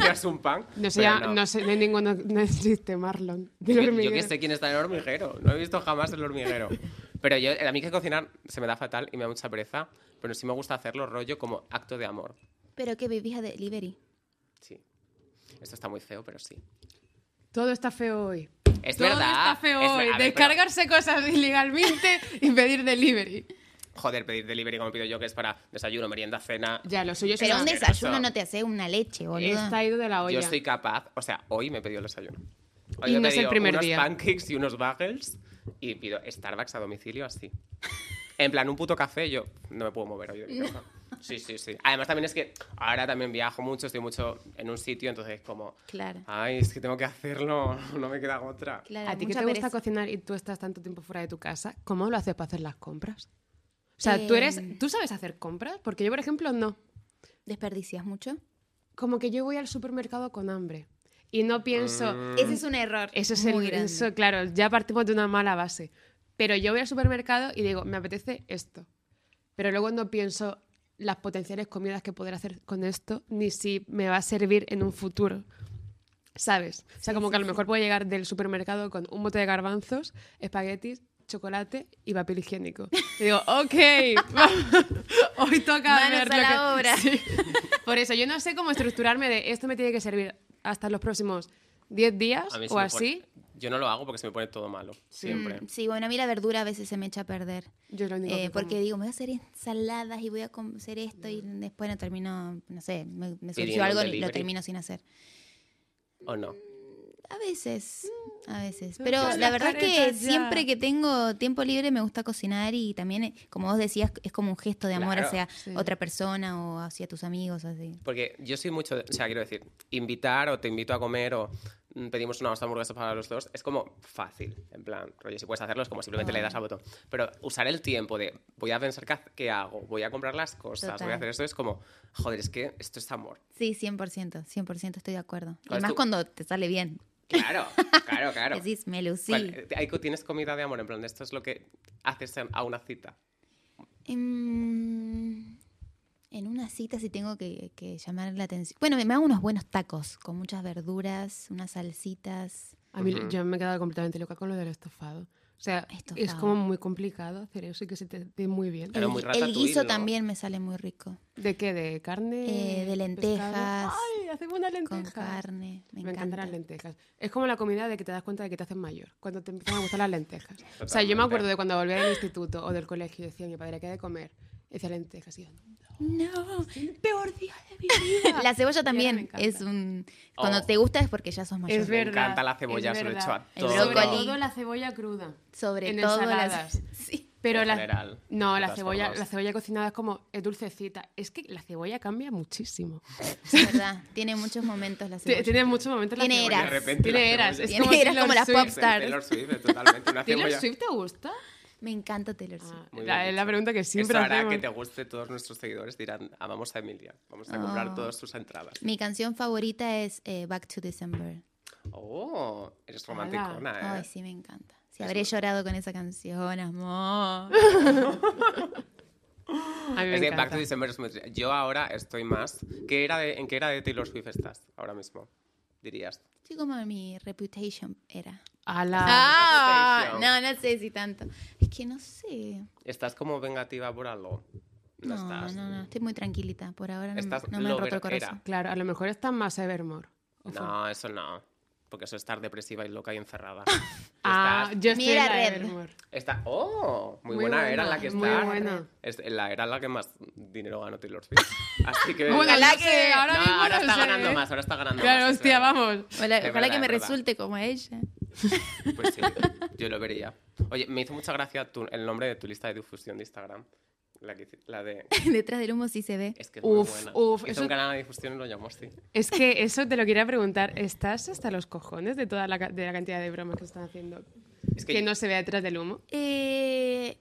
S1: Hagas un pan.
S2: No sé,
S1: pero
S2: ya, no. sé, no hay ninguno, no existe Marlon. Del
S1: Yo, yo
S2: hormiguero.
S1: que sé quién está en el hormiguero. No he visto jamás el hormiguero. Pero yo, a mí que cocinar se me da fatal y me da mucha pereza. Pero sí me gusta hacerlo rollo como acto de amor.
S3: Pero que vivís a delivery.
S1: Sí. Esto está muy feo, pero sí.
S2: Todo está feo hoy.
S1: Es
S2: Todo
S1: verdad.
S2: está feo
S1: es ver-
S2: hoy.
S1: a ver,
S2: Descargarse cosas ilegalmente y pedir delivery.
S1: pero- joder, pedir delivery como pido yo, que es para desayuno, merienda, cena.
S2: Ya, lo suyo es
S3: Pero
S1: no
S3: un
S1: sé,
S3: desayuno
S1: eso-
S3: no te hace una leche, boludo.
S2: Está ido de la
S1: Yo
S2: olla.
S1: estoy capaz. O sea, hoy me he pedido el desayuno. Hoy
S2: Ah, Y
S1: me he
S2: no es el
S1: pedido
S2: primer
S1: unos
S2: día.
S1: pancakes y unos bagels y pido Starbucks a domicilio así. En plan, un puto café, yo no me puedo mover hoy de mi casa. Sí, sí, sí. Además, también es que ahora también viajo mucho, estoy mucho en un sitio, entonces es como,
S3: Claro.
S1: ay, es que tengo que hacerlo, no me queda otra.
S3: Claro,
S2: Ah. A ti que
S3: mucha
S2: te gusta
S3: pereza.
S2: cocinar y tú estás tanto tiempo fuera de tu casa, ¿cómo lo haces para hacer las compras? O sea, tú eres,
S3: Em.
S2: tú sabes hacer compras, porque yo por ejemplo no.
S3: ¿Desperdicias mucho?
S2: Como que yo voy al supermercado con hambre y no pienso,
S3: Ese es un error.
S2: Eso Mm. es el, eso, claro, ya partimos de una mala base. Pero yo voy al supermercado y digo, me apetece esto. Pero luego no pienso las potenciales comidas que podré hacer con esto, ni si me va a servir en un futuro. ¿Sabes? O sea,
S3: Sí,
S2: como
S3: sí,
S2: que a lo
S3: sí.
S2: mejor puedo llegar del supermercado con un bote de garbanzos, espaguetis, chocolate y papel higiénico. Y digo, ok, hoy toca
S3: Manos
S2: ver
S3: a
S2: lo
S3: la
S2: que-
S3: obra.
S2: Sí. Por eso, yo no sé cómo estructurarme de esto me tiene que servir hasta los próximos ¿10 días
S1: A mí se
S2: o
S1: me
S2: así?
S1: pone- Yo no lo hago porque se me pone todo malo, siempre.
S3: Mm, sí, bueno, a mí la verdura a veces se me echa a perder.
S2: Yo es lo único
S3: Eh,
S2: que
S3: porque
S2: como.
S3: digo, me voy a hacer ensaladas y voy a com- hacer esto y
S2: Mm.
S3: después no termino, no sé, me, me surgió
S1: Pidiendo
S3: algo
S1: un
S3: y lo
S1: delivery.
S3: termino sin hacer.
S1: ¿O no?
S3: A veces, a veces.
S2: Pero
S3: Pero
S2: ya
S3: la
S2: las
S3: verdad Mm. que
S2: caretas ya.
S3: siempre que tengo tiempo libre me gusta cocinar y también, eh, como vos decías, es como un gesto de amor
S1: Claro.
S3: hacia
S2: Sí.
S3: otra persona o hacia tus amigos, así.
S1: Porque yo soy mucho, de- o sea, quiero decir, invitar o te invito a comer o mm, pedimos unas hamburguesas para los dos, es como fácil, en plan, rollo, si puedes hacerlo es como simplemente le das al botón. Pero usar el tiempo de voy a pensar qué, ha- qué hago, voy a comprar las cosas, voy
S3: Total.
S1: a hacer esto, es como, joder, es que esto es amor.
S3: Sí, 100%, 100% estoy de acuerdo. Y
S1: ¿Cuál es
S3: más
S1: tu-
S3: cuando te sale bien.
S1: Claro, claro, claro.
S3: Decís, me lucí.
S1: ¿Cuál- eh, hay co- ¿Tienes comida de amor? En plan, esto es lo que haces en- a una cita.
S3: Em, en una cita sí tengo que, que llamar la atención. Bueno, me, me hago unos buenos tacos con muchas verduras, unas salsitas.
S2: A mí,
S1: Ujú.
S2: Yo me he quedado completamente loca con lo del estofado. O sea, es
S3: Estofado.
S2: como muy complicado hacer eso y que se te dé muy bien.
S1: Claro,
S3: el,
S1: muy
S3: el
S1: ratatouille,
S3: guiso
S1: ¿no?
S3: también me sale muy rico.
S2: ¿De qué? ¿De carne?
S3: Eh, de
S2: pescado?
S3: lentejas,
S2: ¡Ay! Hacemos unas
S3: Con
S2: lentejas.
S3: carne. Me,
S2: Me, encantan
S3: encanta.
S2: las lentejas. Es como la comida de que te das cuenta de que te hacen mayor, cuando te empiezan a gustar las lentejas. O sea, yo me
S1: Totalmente.
S2: acuerdo de cuando volví del instituto o del colegio y decía a mi padre que de comer. Y decía lentejas. Y yo,
S3: No.
S2: el peor día de mi vida.
S3: La cebolla
S2: Y ahora me
S3: también
S2: encanta.
S3: es un... Cuando
S1: Oh.
S3: te gusta es porque ya sos mayor.
S2: Es verdad.
S1: encanta la cebolla,
S2: es
S1: se lo
S2: verdad.
S1: echo a
S3: El todo.
S2: Sobre
S3: brócoli.
S2: todo la cebolla cruda.
S3: Sobre
S2: en
S3: todo las...
S2: ensaladas.
S3: Sí.
S2: Pero
S1: En
S2: la,
S1: general,
S2: no,
S1: de
S2: la
S1: todas
S2: cebolla,
S1: formas.
S2: la cebolla cocinada es como es dulcecita. Es que la cebolla cambia muchísimo.
S3: Es verdad. Tiene muchos momentos la
S2: Tiene-
S3: cebolla.
S2: Tiene muchos momentos la
S3: Tiene
S2: cebolla.
S1: Porque
S3: eras.
S1: de repente
S2: Tiene
S1: la
S2: eras,
S1: cebolla-
S2: es
S3: Tiene
S2: como
S3: eras
S2: Taylor
S3: como las
S2: Swift.
S3: pop stars.
S1: Taylor Swift, totalmente. Una
S2: ¿Taylor
S1: cebolla.
S2: Swift te gusta?
S3: Me encanta Taylor Swift.
S2: Ah,
S1: Muy
S2: la-
S1: bien
S2: es la
S1: dicho.
S2: pregunta que siempre
S1: Esto hará
S2: hacemos.
S1: que te guste todos nuestros seguidores. Dirán, amamos a Emilia. Vamos a comprar
S3: Oh.
S1: todas sus entradas.
S3: Mi canción favorita es eh, Back to December.
S1: Oh, eres romanticona, ¿eh?
S3: Ay, sí, me encanta. Sí, habré llorado con esa canción, amor.
S2: A mí me
S1: Es que
S2: encanta.
S1: Back to December es muy triste. Yo ahora estoy más... ¿Qué era de- ¿En qué era de Taylor Swift estás ahora mismo? Dirías.
S3: Sí, como mi reputation era.
S2: Ala.
S3: Ah, no,
S1: Reputation.
S3: no sé si tanto. Es que no sé.
S1: ¿Estás como vengativa por algo? No,
S3: No, no,
S1: estás. eh.
S3: no, estoy muy tranquilita. Por ahora no, me-
S1: Estás
S3: no me han roto el
S1: lover era.
S3: corazón.
S2: Claro, a lo mejor está más Evermore. Ojo.
S1: No, eso no. Porque eso es estar depresiva y loca y encerrada.
S2: Ah,
S1: Estás-
S2: yo estoy
S3: Mira
S2: en la
S3: Red.
S2: Evermore.
S1: Está... ¡Oh! Muy,
S2: Muy
S1: buena,
S2: buena,
S1: era en la que
S2: muy
S1: está.
S2: buena.
S1: Es la era en la que más dinero ganó Taylor Swift. Así que...
S3: Ojalá
S2: no sé,
S3: que-
S1: Eh,
S2: ahora
S1: No,
S2: mismo
S1: ahora
S2: no
S1: está
S2: sé,
S1: ganando
S2: ¿eh?
S1: más, ahora está ganando más.
S2: Claro,
S1: es
S2: hostia,
S1: verdad.
S2: vamos.
S3: Ojalá,
S1: Es
S3: ojalá
S1: verdad,
S3: que me
S1: es verdad.
S3: resulte como a ella.
S1: Pues sí, yo lo vería. Oye, me hizo mucha gracia tu- el nombre de tu lista de difusión de Instagram. La, que, hici- la de...
S3: Detrás del humo sí se ve.
S1: Es que es
S2: Uf,
S1: muy buena.
S2: uf,
S1: Hizo
S2: eso-
S1: un canal de difusión y lo llamó así.
S2: Es que eso te lo quería preguntar. ¿Estás hasta los cojones de toda la, ca- de la cantidad de bromas que están haciendo?
S1: Es que,
S2: Que no se vea detrás del humo.
S3: Eh,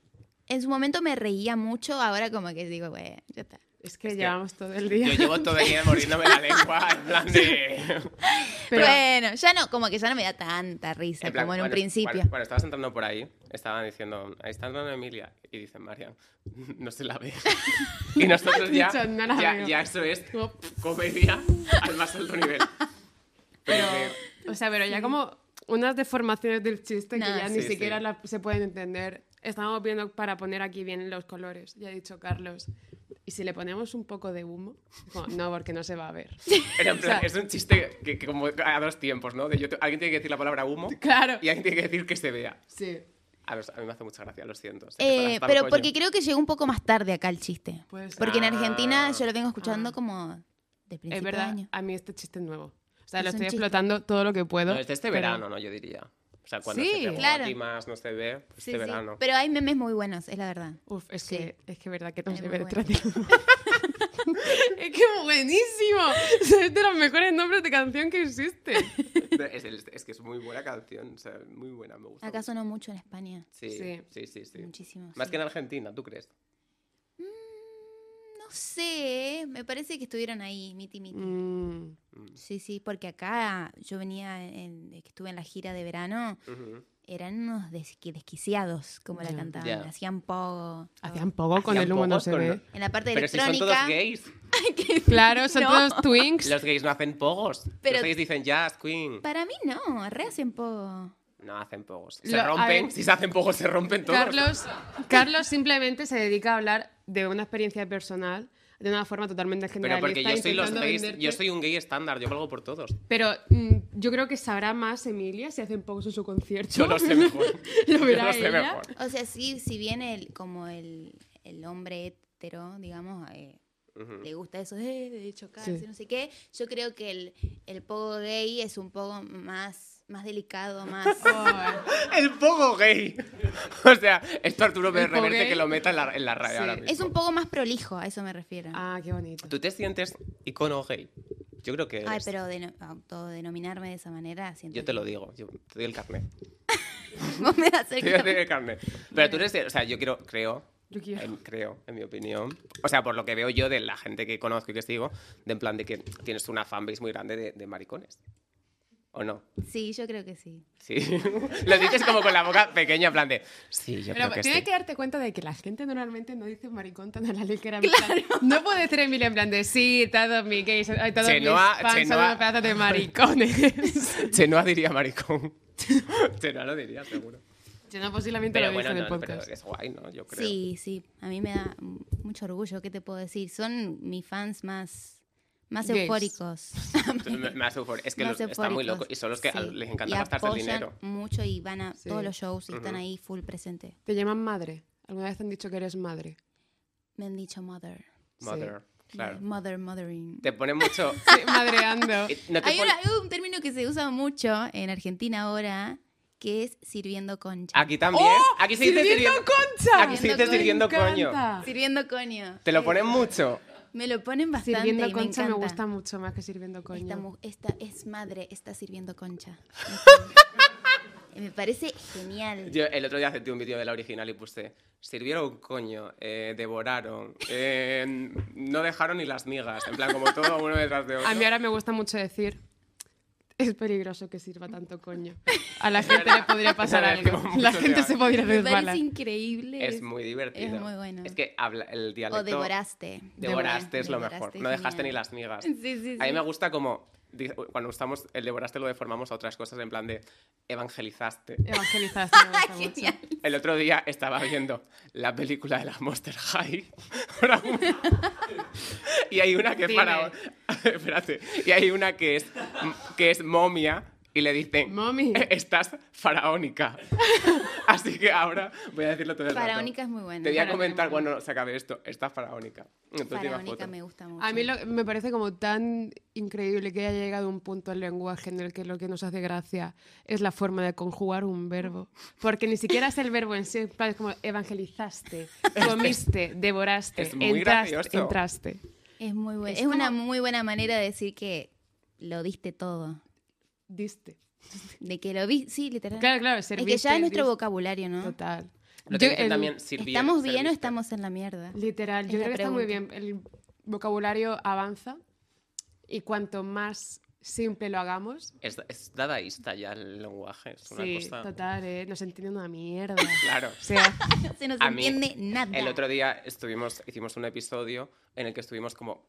S3: en su momento me reía mucho, ahora como que digo, bueno, ya está.
S2: Es que
S1: Es que-
S2: llevamos todo
S1: yo
S2: el día.
S1: llevo todo el día mordiéndome la lengua en plan de...
S2: Pero
S3: bueno, ya no, como que ya no me da tanta risa
S1: En plan,
S3: como en un
S1: bueno,
S3: principio.
S1: Bueno, bueno, estabas entrando por ahí, estaban diciendo, ahí está entrando Emilia, y dicen, Marian, no se la ve. y nosotros ya,
S2: Dicho, no la
S1: ya,
S2: veo.
S1: ya eso es
S2: como-
S1: comedia al más alto nivel. Pero,
S2: o sea, pero ya como unas deformaciones del chiste que
S3: Nah.
S2: ya ni
S1: Sí,
S2: siquiera
S1: sí.
S2: la- se pueden entender. Estábamos viendo para poner aquí bien los colores, ya ha dicho Carlos. Y si le ponemos un poco de humo, Como, no, porque no se va a ver.
S1: era en plan,
S2: O sea-
S1: es un chiste que, que como a dos tiempos, ¿no? De yo te- alguien tiene que decir la palabra humo
S2: Claro.
S1: y alguien tiene que decir que se vea.
S2: Sí,
S1: A, los- a mí me hace mucha gracia, lo siento. sé que están
S3: Eh,
S1: hasta el
S3: pero
S1: coño.
S3: porque creo que llegó un poco más tarde acá el chiste.
S2: puede ser.
S3: Porque en Argentina
S1: Ah.
S3: yo lo vengo escuchando
S2: Ah.
S3: como de principio
S2: es verdad,
S3: de año.
S2: a mí este chiste es nuevo. O sea,
S3: Es
S2: lo
S3: un
S2: estoy
S3: chiste.
S2: explotando todo lo que puedo.
S1: No, es de este
S2: pero-
S1: verano, ¿no? Yo diría. O sea, cuando
S2: Sí,
S1: se pegó
S3: claro.
S1: aquí más no se ve, pues
S3: Sí,
S1: este
S3: sí.
S1: verano.
S3: Pero hay memes muy buenos, es la verdad.
S2: Uf, es
S3: Sí.
S2: que es que verdad que no
S3: Es
S2: se
S3: muy
S2: ve
S3: bueno.
S2: detrás del humo. es que buenísimo. O sea, Es de los mejores nombres de canción que existe.
S1: Es, el- es que es muy buena canción, o sea, muy buena, me gusta.
S3: Acá sonó mucho en España.
S1: Sí,
S2: Sí.
S1: sí, sí, sí.
S3: Muchísimo.
S1: Más
S3: sí.
S1: que en Argentina, ¿tú crees?
S3: No sé, me parece que estuvieron ahí, miti miti.
S2: Mm.
S3: Sí, sí, porque acá yo venía, en, que estuve en la gira de verano,
S1: Ujú.
S3: eran unos desqui- desquiciados, como la
S2: Ya.
S3: cantaban.
S1: Ya.
S3: Hacían pogo.
S2: Hacían poco con
S1: Hacían
S2: el humo, no
S1: pogos
S2: se
S1: con-
S2: ve.
S3: En la parte
S1: Pero si son todos
S3: electrónica.
S1: gays.
S2: Claro, son
S3: No.
S2: todos twinks.
S1: Los gays no hacen pogos.
S3: Pero-
S1: Los gays dicen jazz, queen.
S3: Para mí no, re hacen pogo.
S1: No hacen pogos. Se
S2: Lo- a
S1: rompen.
S2: ver.
S1: Si se hacen pogos, se rompen todos.
S2: Carlos, Carlos simplemente se dedica a hablar de una experiencia personal de una forma totalmente
S1: Pero
S2: generalista.
S1: porque yo soy, los
S2: intentando
S1: gays-
S2: venderte.
S1: yo soy un gay estándar, yo valgo por todos.
S2: Pero mm, yo creo que sabrá más Emilia si hace un poco su concierto.
S1: Yo lo sé mejor.
S2: Lo verá
S1: yo lo sé
S2: ella.
S1: mejor.
S3: O sea, sí, si bien el, como el, el hombre hetero, digamos, eh,
S1: Ujú.
S3: le gusta eso eh, de chocarse,
S2: Sí.
S3: no sé qué, yo creo que el, el pogo gay es un poco más, más delicado, más...
S2: Oh,
S1: El poco gay. O sea, esto Arturo me
S2: El poco
S1: reverte
S2: gay.
S1: que lo meta en la, en la radio
S2: Sí.
S1: ahora mismo.
S3: es un poco más prolijo, a eso me refiero.
S2: ah, qué bonito.
S1: ¿Tú te sientes icono gay? Yo creo que eres.
S3: Ay, pero deno- autodenominarme de esa manera, siento
S1: Yo te lo digo, yo te doy el carnet.
S3: que- vos me vas a hacer
S1: Te doy
S3: que-
S1: el carnet. Pero tú eres, o sea, yo quiero, creo,
S2: Yo quiero.
S1: en- creo, en mi opinión, o sea, por lo que veo yo de la gente que conozco y que sigo, de en plan de que tienes una fanbase muy grande de, de maricones. ¿O no?
S3: Sí, yo creo que sí.
S1: Sí. lo dices como con la boca pequeña, en plan de. Sí, yo
S2: Pero
S1: creo que este
S2: tienes
S1: sí.
S2: que darte cuenta de que la gente normalmente no dice maricón tan a la ligera. en plan- No puede ser Emilia en plan de sí, todos mis gays, ay, todos
S1: Chenoa-
S2: mis fans son
S1: Chenoa-
S2: unos pedazos de maricones.
S1: Chenoa diría maricón. Chenoa lo diría, seguro.
S2: Yo no posiblemente
S1: Pero
S2: lo
S1: bueno,
S2: dije en el
S1: no, pero
S2: podcast.
S1: es guay, ¿no? Yo creo.
S3: Sí, sí, a mí me da mm, mucho orgullo, ¿qué te puedo decir? Son mis fans más, más
S2: Gays.
S3: eufóricos.
S1: Me, me hace eufor- Es que
S3: más
S1: los- están muy
S3: eufóricos.
S1: locos y son los que a-
S3: Sí,
S1: les
S3: y
S1: encanta gastarse el
S3: apoyan
S1: dinero.
S3: mucho y van a
S2: Sí.
S3: todos los shows y están
S1: Ujú.
S3: ahí full presente.
S2: Te llaman madre. ¿Alguna vez te han dicho que eres madre?
S3: Me han dicho mother.
S2: Sí.
S1: Mother, claro.
S3: Mother, mothering.
S1: Te pone mucho.
S2: Sí, madreando.
S1: Eh, no te
S3: Hay,
S1: pone-
S3: una- hay un término que se usa mucho en Argentina ahora, que es sirviendo concha.
S1: Aquí también. Aquí se dice
S2: ¡Oh! ¡Sirviendo
S1: sirviendo.
S2: concha!
S1: Aquí se dice
S2: Me
S1: sirviendo coño.
S2: encanta.
S3: Sirviendo coño.
S1: Ah. Te lo ponen mucho.
S3: Me lo ponen bastante
S2: Sirviendo
S3: y
S2: concha
S3: me
S2: me,
S3: encanta.
S2: gusta mucho más que sirviendo coño.
S3: Esta, mu- esta es madre, está sirviendo concha. me parece genial.
S1: Yo el otro día acepté un vídeo de la original y puse. Sirvieron coño, eh, devoraron, eh, no dejaron ni las migas. En plan, como todo uno detrás de otro.
S2: A mí ahora me gusta mucho decir es peligroso que sirva tanto coño. A la gente le podría pasar
S1: Ahora digo
S2: algo.
S1: mucho
S2: La
S1: de
S2: gente
S1: ahora.
S2: se podría
S3: me
S2: resbalar.
S3: parece increíble.
S1: Es muy divertido.
S3: es muy bueno.
S1: Es que habla, el dialecto.
S3: O devoraste.
S1: Devoraste es lo
S3: Devoraste,
S1: mejor. No dejaste ni
S3: genial.
S1: las migas.
S3: Sí, sí, sí.
S1: A mí me gusta como di- cuando usamos el devoraste lo deformamos a otras cosas en plan de evangelizaste.
S2: Evangelizaste me gusta mucho.
S3: Genial.
S1: El otro día estaba viendo la película de la Monster High. Ahora una- y hay una que es
S2: Dime.
S1: para espérate, y hay una que es que es momia y le dicen
S2: Mami.
S1: estás faraónica. Así que ahora voy a decirlo todo el rato.
S3: Faraónica es muy buena.
S1: Te voy a
S2: Faraónica,
S1: comentar
S2: muy
S1: cuando se acabe esto. Estás faraónica. Entonces lleva
S3: Faraónica
S1: foto.
S3: me gusta mucho.
S2: A mí lo- me parece como tan increíble que haya llegado un punto al lenguaje en el que lo que nos hace gracia es la forma de conjugar un verbo. Porque ni siquiera es el verbo en sí, en plan, es como evangelizaste, comiste, devoraste,
S1: Es muy
S2: entraste,
S1: gracioso.
S2: entraste.
S3: Es muy buena.
S2: Es
S3: Es, una
S2: como-
S3: muy buena manera de decir que lo diste todo.
S2: Diste.
S3: De que lo vi, sí, literal.
S2: Claro, claro,
S3: es
S2: serviste.
S3: que ya es nuestro
S2: diste.
S3: vocabulario, ¿no?
S2: Total.
S1: Lo que
S2: Yo,
S1: dicen
S2: el-
S1: también, sirvir,
S3: ¿Estamos bien o
S1: serviste.
S3: estamos en la mierda?
S2: Literal,
S3: Es
S2: yo
S3: la
S2: creo que está muy bien.
S3: pregunta.
S2: El vocabulario avanza y cuanto más simple lo hagamos,
S1: Es, es dadaísta ya el lenguaje. Es una
S2: sí,
S1: cosa.
S2: total, eh, nos entiende una mierda.
S1: Claro.
S2: O sea,
S3: No se nos
S1: A mí,
S3: entiende nada.
S1: El otro día estuvimos, hicimos un episodio en el que estuvimos como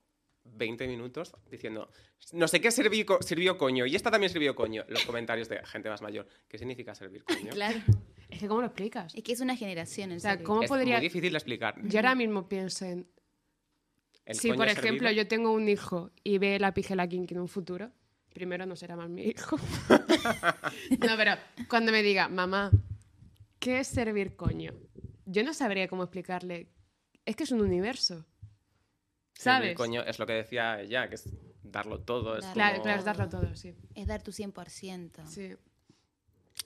S1: 20 minutos diciendo, no sé qué sirvió, co- sirvió coño, y esta también sirvió coño. Los comentarios de gente más mayor. ¿Qué significa servir coño?
S3: Claro.
S2: es que ¿cómo lo explicas?
S3: Es que es una generación. el
S2: O sea,
S3: servir.
S2: ¿cómo
S1: es
S2: podría...?
S1: muy difícil de explicar.
S2: Yo ahora mismo pienso en...
S1: El
S2: si,
S1: coño
S2: por
S1: servido-
S2: ejemplo, yo tengo un hijo y ve la pijela kinky en un futuro, primero no será más mi hijo. no, pero cuando me diga, mamá, ¿qué es servir coño? Yo no sabría cómo explicarle. Es que es un universo.
S1: servir
S2: ¿Sabes?
S1: coño es lo que decía ella, que es darlo todo. es
S3: Claro.
S2: Claro,
S1: como-
S2: claro, es darlo todo, sí.
S3: Es dar tu 100%.
S2: Sí.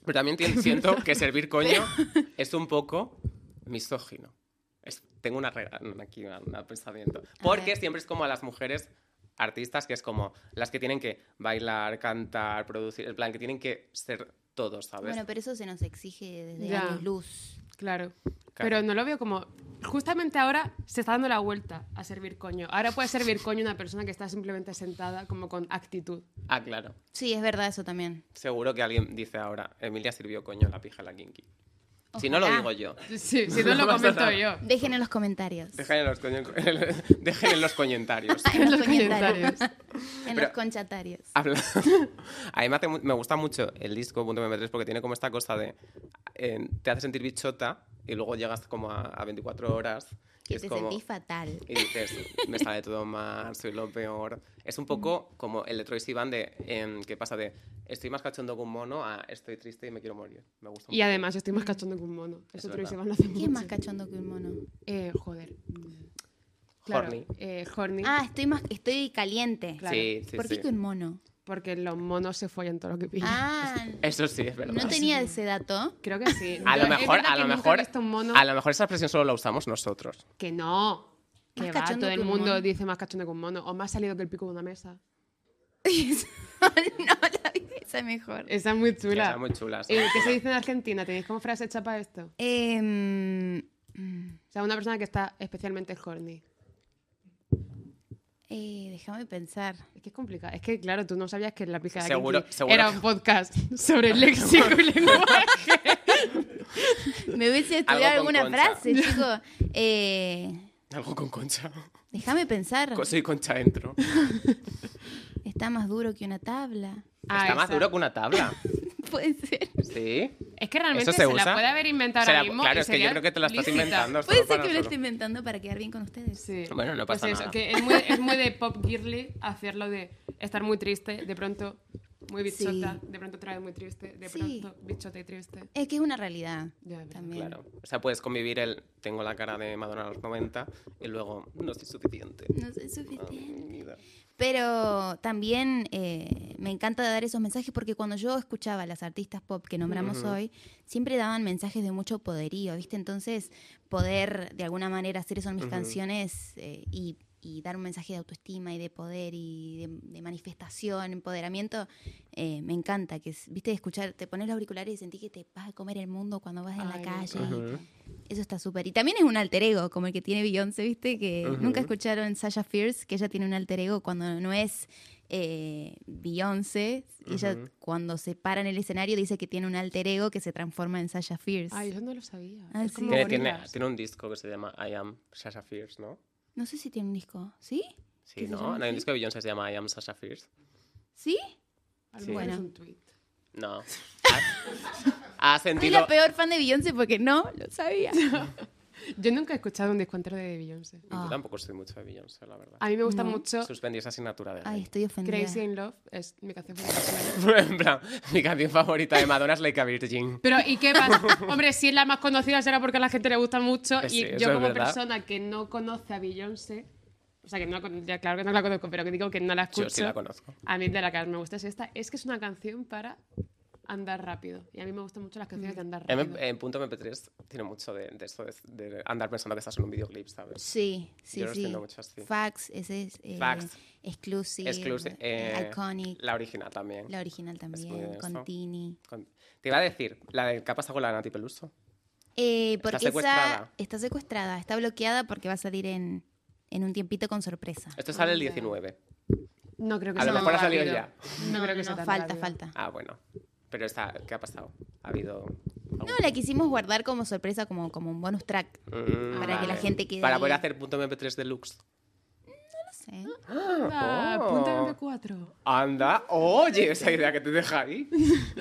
S1: Pero también tien- siento que servir coño es un poco misógino. Es- tengo una regla aquí, una- un pensamiento. Porque
S3: ver.
S1: siempre es como a las mujeres artistas, que es como las que tienen que bailar, cantar, producir, el plan, que tienen que ser todo, ¿sabes?
S3: Bueno, pero eso se nos exige desde
S2: Ya.
S3: años luz.
S2: Claro.
S1: Claro.
S2: Pero no lo veo como. Justamente ahora se está dando la vuelta a servir coño. Ahora puede servir coño una persona que está simplemente sentada, como con actitud.
S1: Ah, claro.
S3: Sí, es verdad eso también.
S1: Seguro que alguien dice ahora, Emilia sirvió coño la pija a la kinky. Si no lo
S3: Ojalá.
S1: digo yo.
S2: Sí, si no lo comento yo.
S3: Dejen en los comentarios.
S1: Dejen en los, coño- dejen en los comentarios.
S2: En los comentarios.
S3: En
S1: Pero-
S3: los conchatarios.
S1: Habla- a mí me, hace mu- me gusta mucho el disco punto .mp3 porque tiene como esta cosa de... eh, te hace sentir bichota y luego llegas como a, a 24 horas
S3: que
S1: es
S3: te
S1: como-
S3: sentís fatal.
S1: Y dices, me sale todo mal, soy lo peor. Es un poco como el de Troy Sivan de em, que pasa de estoy más cachondo que un mono a estoy triste y me quiero morir. Me gusta
S2: Y además estoy más cachondo que un mono.
S1: Es
S2: Eso Troy
S1: verdad.
S2: Sivan lo hace
S3: ¿Qué es
S2: mucho.
S3: más cachondo que un mono?
S2: Eh, joder. Claro,
S1: Horny.
S2: eh, horny.
S3: Ah, estoy más, estoy caliente.
S2: claro.
S1: Sí, sí,
S3: ¿Por qué
S1: sí.
S3: que un mono?
S2: Porque los monos se follan todo lo que pillan.
S3: Ah,
S1: Eso sí, es verdad.
S3: no tenía ese dato.
S2: Creo que sí.
S1: A lo
S2: Yo- es
S1: mejor,
S2: verdad
S1: a
S2: que
S1: lo
S2: nunca he
S1: mejor,
S2: visto un mono-
S1: a lo mejor esa expresión solo la usamos nosotros.
S2: Que no.
S3: Más
S2: Que va,
S3: cachondo
S2: todo
S3: que
S2: el
S3: un
S2: mundo
S3: mono.
S2: dice más cachondo que un mono. O más salido que el pico de una mesa.
S3: no, la esa es mejor.
S2: Esa es muy
S1: Chula.
S2: chula.
S1: muy chula.
S2: Eh, ¿Qué se dice en Argentina? ¿Tenéis como frase hecha para esto?
S3: Em, mm,
S2: O sea, una persona que está especialmente horny.
S3: eh, déjame pensar.
S2: Es que es complicado. Es que, claro, tú no sabías que la pija de
S1: Seguro-
S2: Kinky
S1: seguro
S2: era
S1: que-
S2: un podcast sobre el léxico y lenguaje.
S3: Me hubiese
S1: Algo
S3: estudiado
S1: con
S3: alguna
S1: concha.
S3: frase, chico. Eh,
S1: Algo con concha.
S3: déjame pensar.
S1: Co- Soy concha dentro.
S3: Está más duro que una tabla.
S2: Ah,
S1: Está más
S2: esa.
S1: duro que una tabla.
S3: Puede ser.
S1: Sí.
S2: Es que realmente
S1: ¿Eso se
S2: se, la
S1: usa?
S2: puede haber inventado
S1: Se la-
S2: ahora mismo.
S1: claro,
S2: y
S1: es que yo
S2: sería
S1: creo que te la estás
S2: lícita.
S1: inventando. solo
S3: Puede ser
S1: para
S3: que me lo esté
S1: nosotros.
S3: inventando para quedar bien con ustedes.
S2: Sí.
S1: Bueno, no
S2: Pues
S1: pasa
S2: eso,
S1: nada.
S2: que es muy, es muy de pop girly hacerlo de estar muy triste, de pronto muy bichota, de pronto otra vez muy triste, de
S3: Sí.
S2: pronto bichota y triste.
S3: Es que es una realidad.
S2: Ya, es verdad.
S3: también.
S1: Claro. O sea, puedes convivir el tengo la cara de Madonna a los 90 y luego no soy suficiente.
S3: No sé
S1: Ah, mi
S3: suficiente.
S1: vida.
S3: Pero también eh, me encanta dar esos mensajes porque cuando yo escuchaba a las artistas pop que nombramos
S1: Ujú.
S3: hoy, siempre daban mensajes de mucho poderío, ¿viste? Entonces, poder de alguna manera hacer eso en mis
S1: Ujú.
S3: canciones eh, y, y dar un mensaje de autoestima y de poder y de, de manifestación, empoderamiento, eh, me encanta. que es- ¿Viste? Escuchar, te pones los auriculares y sentís que te vas a comer el mundo cuando vas en
S2: Ay,
S3: la
S2: me
S3: calle.
S2: encanta.
S1: Ujú.
S3: Eso está súper. Y también es un alter ego, como el que tiene Beyoncé, ¿viste? Que
S1: Ujú.
S3: nunca escucharon Sasha Fierce, que ella tiene un alter ego cuando no es eh, Beyoncé. Ella
S1: Ujú.
S3: cuando se para en el escenario dice que tiene un alter ego que se transforma en Sasha Fierce.
S2: Ay, yo no lo sabía.
S3: Ah,
S2: es
S3: sí.
S2: como
S1: Tiene, tiene,
S2: gorilas.
S1: tiene un disco que se llama I Am Sasha Fierce, ¿no?
S3: No sé si tiene un disco. ¿Sí?
S1: Sí,
S3: ¿Que se llama
S1: ¿no? ¿No hay
S3: así?
S1: un disco de Beyoncé que se llama I Am Sasha Fierce?
S3: ¿Sí?
S2: A lo
S1: Sí.
S2: mejor es
S3: Bueno.
S2: un tweet.
S1: No. Ha, ha
S3: Soy
S1: sentido...
S3: la peor fan de Beyoncé porque no lo sabía.
S2: Yo nunca he escuchado un disco entero de Beyoncé.
S3: Ah.
S1: Yo tampoco soy mucho de Beyoncé, la verdad.
S2: A mí me gusta
S3: No.
S2: mucho
S1: Suspendí esa asignatura de
S3: Ay,
S1: ley.
S3: estoy ofendida.
S2: Crazy in Love, es mi canción favorita.
S1: En plan, mi canción favorita de Madonna es Like a Virgin.
S2: Pero, ¿y qué pasa? Hombre, si es la más conocida será porque a la gente le gusta mucho.
S1: Eh,
S2: Y
S1: sí, eso
S2: yo,
S1: es
S2: como
S1: verdad.
S2: persona que no conoce a Beyoncé, o sea, que no, la con- ya, claro que no la conozco, pero que digo que no la escucho.
S1: Yo sí la conozco.
S2: A mí de la que más me gusta es esta. Es que es una canción para andar rápido. Y a mí me gustan mucho las
S3: Mm.
S2: canciones de andar
S1: En,
S2: rápido.
S1: en punto MP3 tiene mucho de, de eso, de, de andar pensando que estás en un videoclip, ¿sabes?
S3: Sí, sí,
S1: Yo lo
S3: sí.
S1: siento mucho así.
S3: Fax, ese es. eh,
S1: Fax.
S3: Exclusive.
S1: Exclusive,
S3: eh,
S1: eh,
S3: Iconic. La,
S1: La original también.
S3: original
S1: muy
S3: también.
S1: de eso.
S3: Contini.
S1: Con- Te iba a decir, la del que ha pasado con la Nati Peluso.
S3: Eh, porque esa
S1: secuestrada.
S3: está secuestrada, está bloqueada porque va a salir en, en un tiempito con sorpresa.
S1: Esto sale el
S2: Anda.
S1: 19.
S2: No creo que
S1: A
S2: sea
S1: lo
S2: tan
S1: mejor ha salido
S2: rápido.
S1: ya.
S2: No, creo que sea tan
S3: falta,
S2: rápido.
S3: falta.
S1: Ah, bueno. Pero está, ¿qué ha pasado? Ha habido.
S3: No, la quisimos guardar como sorpresa, como, como un bonus track.
S1: Mm,
S2: Para que la
S3: gente quede
S1: Para
S3: ahí.
S1: poder hacer punto MP3 deluxe.
S3: No sé.
S2: Ah,
S1: Oh.
S2: punto MP4.
S1: Anda, oye, esa idea que te deja ahí.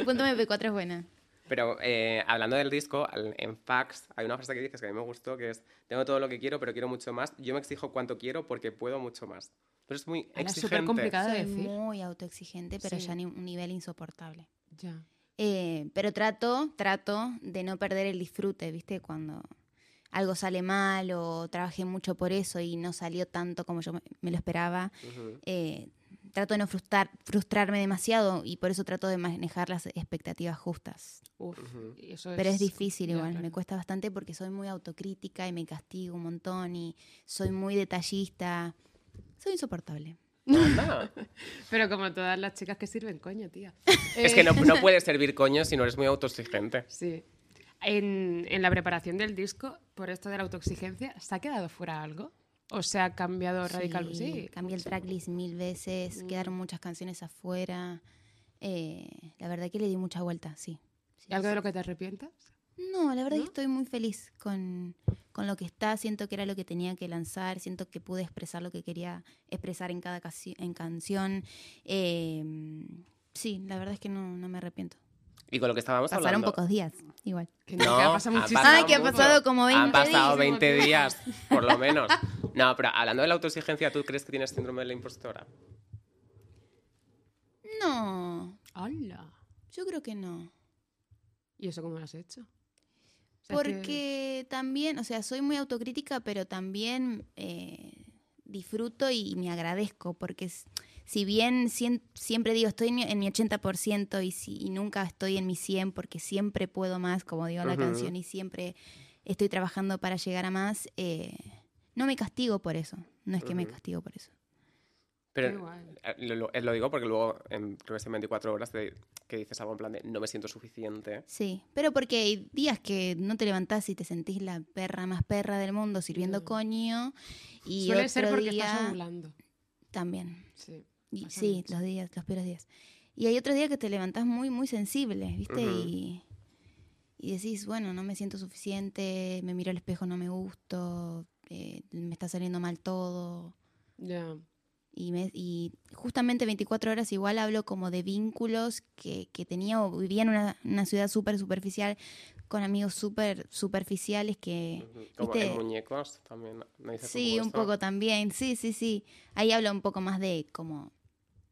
S3: Punto MP4 es buena.
S1: Pero eh, hablando del disco, al- en Fax hay una frase que dices que a mí me gustó, que es, tengo todo lo que quiero, pero quiero mucho más. Yo me exijo cuanto quiero porque puedo mucho más. Pero es muy
S2: Ala, es
S1: exigente.
S2: supercomplicado. Nada de
S3: Soy
S2: decir.
S3: muy autoexigente, pero
S2: Sí.
S3: ya ni un nivel insoportable.
S2: Ya.
S3: Eh, pero trato, trato de no perder el disfrute, ¿viste? Cuando algo sale mal o trabajé mucho por eso y no salió tanto como yo me- me lo esperaba.
S1: Ujú.
S3: eh, trato de no frustrar, frustrarme demasiado y por eso trato de manejar las expectativas justas.
S2: Uf.
S1: Ujú.
S2: y eso
S3: Pero es difícil
S2: ya,
S3: igual,
S2: Pues, claro.
S3: me cuesta bastante porque soy muy autocrítica y me castigo un montón y soy muy detallista. Soy insoportable.
S1: Anda.
S2: Pero como todas las chicas que sirven, coño, tía.
S1: Es
S2: Eh,
S1: que no, no puedes servir coño si no eres muy autoexigente.
S2: Sí. En, en la preparación del disco, por esto de la autoexigencia, ¿se ha quedado fuera algo? ¿O se ha cambiado radicalmente? Sí. Mm.
S3: Cambié el tracklist mil veces, quedaron muchas canciones afuera. Eh, la verdad que le di mucha vuelta, sí. Sí,
S2: ¿Y ¿Algo
S3: sí.
S2: de lo que te arrepientas?
S3: No, la verdad
S2: ¿No?
S3: que estoy muy feliz con, con lo que está. Siento que era lo que tenía que lanzar. Siento que pude expresar lo que quería expresar en Em, cada casi- en canción. Eh, sí, la verdad es que no, no me arrepiento.
S1: Y con lo que estábamos
S3: Pasaron
S1: hablando.
S3: pocos días, igual.
S2: Que
S1: No,
S2: que ha
S1: ha
S2: pasado muchísimo.
S1: pasado
S3: Ay, que ha
S1: mucho.
S3: pasado como 20
S1: Han pasado
S2: días.
S1: 20 días, por lo menos. No, pero hablando de la autoexigencia, ¿tú crees que tienes síndrome de la impostora?
S3: No,
S2: Hola.
S3: yo creo que no.
S2: ¿Y eso cómo lo has hecho? O sea, es que-
S3: Porque también, o sea, soy muy autocrítica, pero también eh, disfruto y me agradezco, porque s- si bien sien- siempre digo, estoy en mi- en mi 80% y, si, y nunca estoy en mi 100, porque siempre puedo más, como digo en la
S1: Ujú.
S3: canción, y siempre estoy trabajando para llegar a más, eh, no me castigo por eso, no es que me
S1: Ujú.
S3: castigo por eso.
S2: Qué
S1: Pero
S2: guay.
S1: eh, lo, lo- eh, lo digo porque luego, en, creo que es en 24 horas, de- que dices algo en plan de no me siento suficiente.
S3: Sí, pero porque hay días que no te levantás y te sentís la perra más perra del mundo sirviendo
S2: Ya.
S3: coño. Y
S2: Suele
S3: otro
S2: ser porque
S3: día
S2: estás ondulando.
S3: también.
S2: Sí.
S3: Y-
S2: Pasa
S3: sí,
S2: mucho.
S3: los días, los peores días. Y hay otros días que te levantás muy, muy sensible, ¿viste?
S1: Ujú.
S3: y, y decís, bueno, no me siento suficiente, me miro al espejo, no me gusto, eh, me está saliendo mal todo.
S2: Ya.
S3: Y, me- y justamente 24 horas igual hablo como de vínculos que, que tenía o vivía en una, una ciudad súper superficial, con amigos súper superficiales que...
S1: Como
S3: Viste-
S1: en muñecos también. Me dices
S3: Sí, un
S1: eso.
S3: poco también, sí, sí, sí. Ahí habla un poco más de como,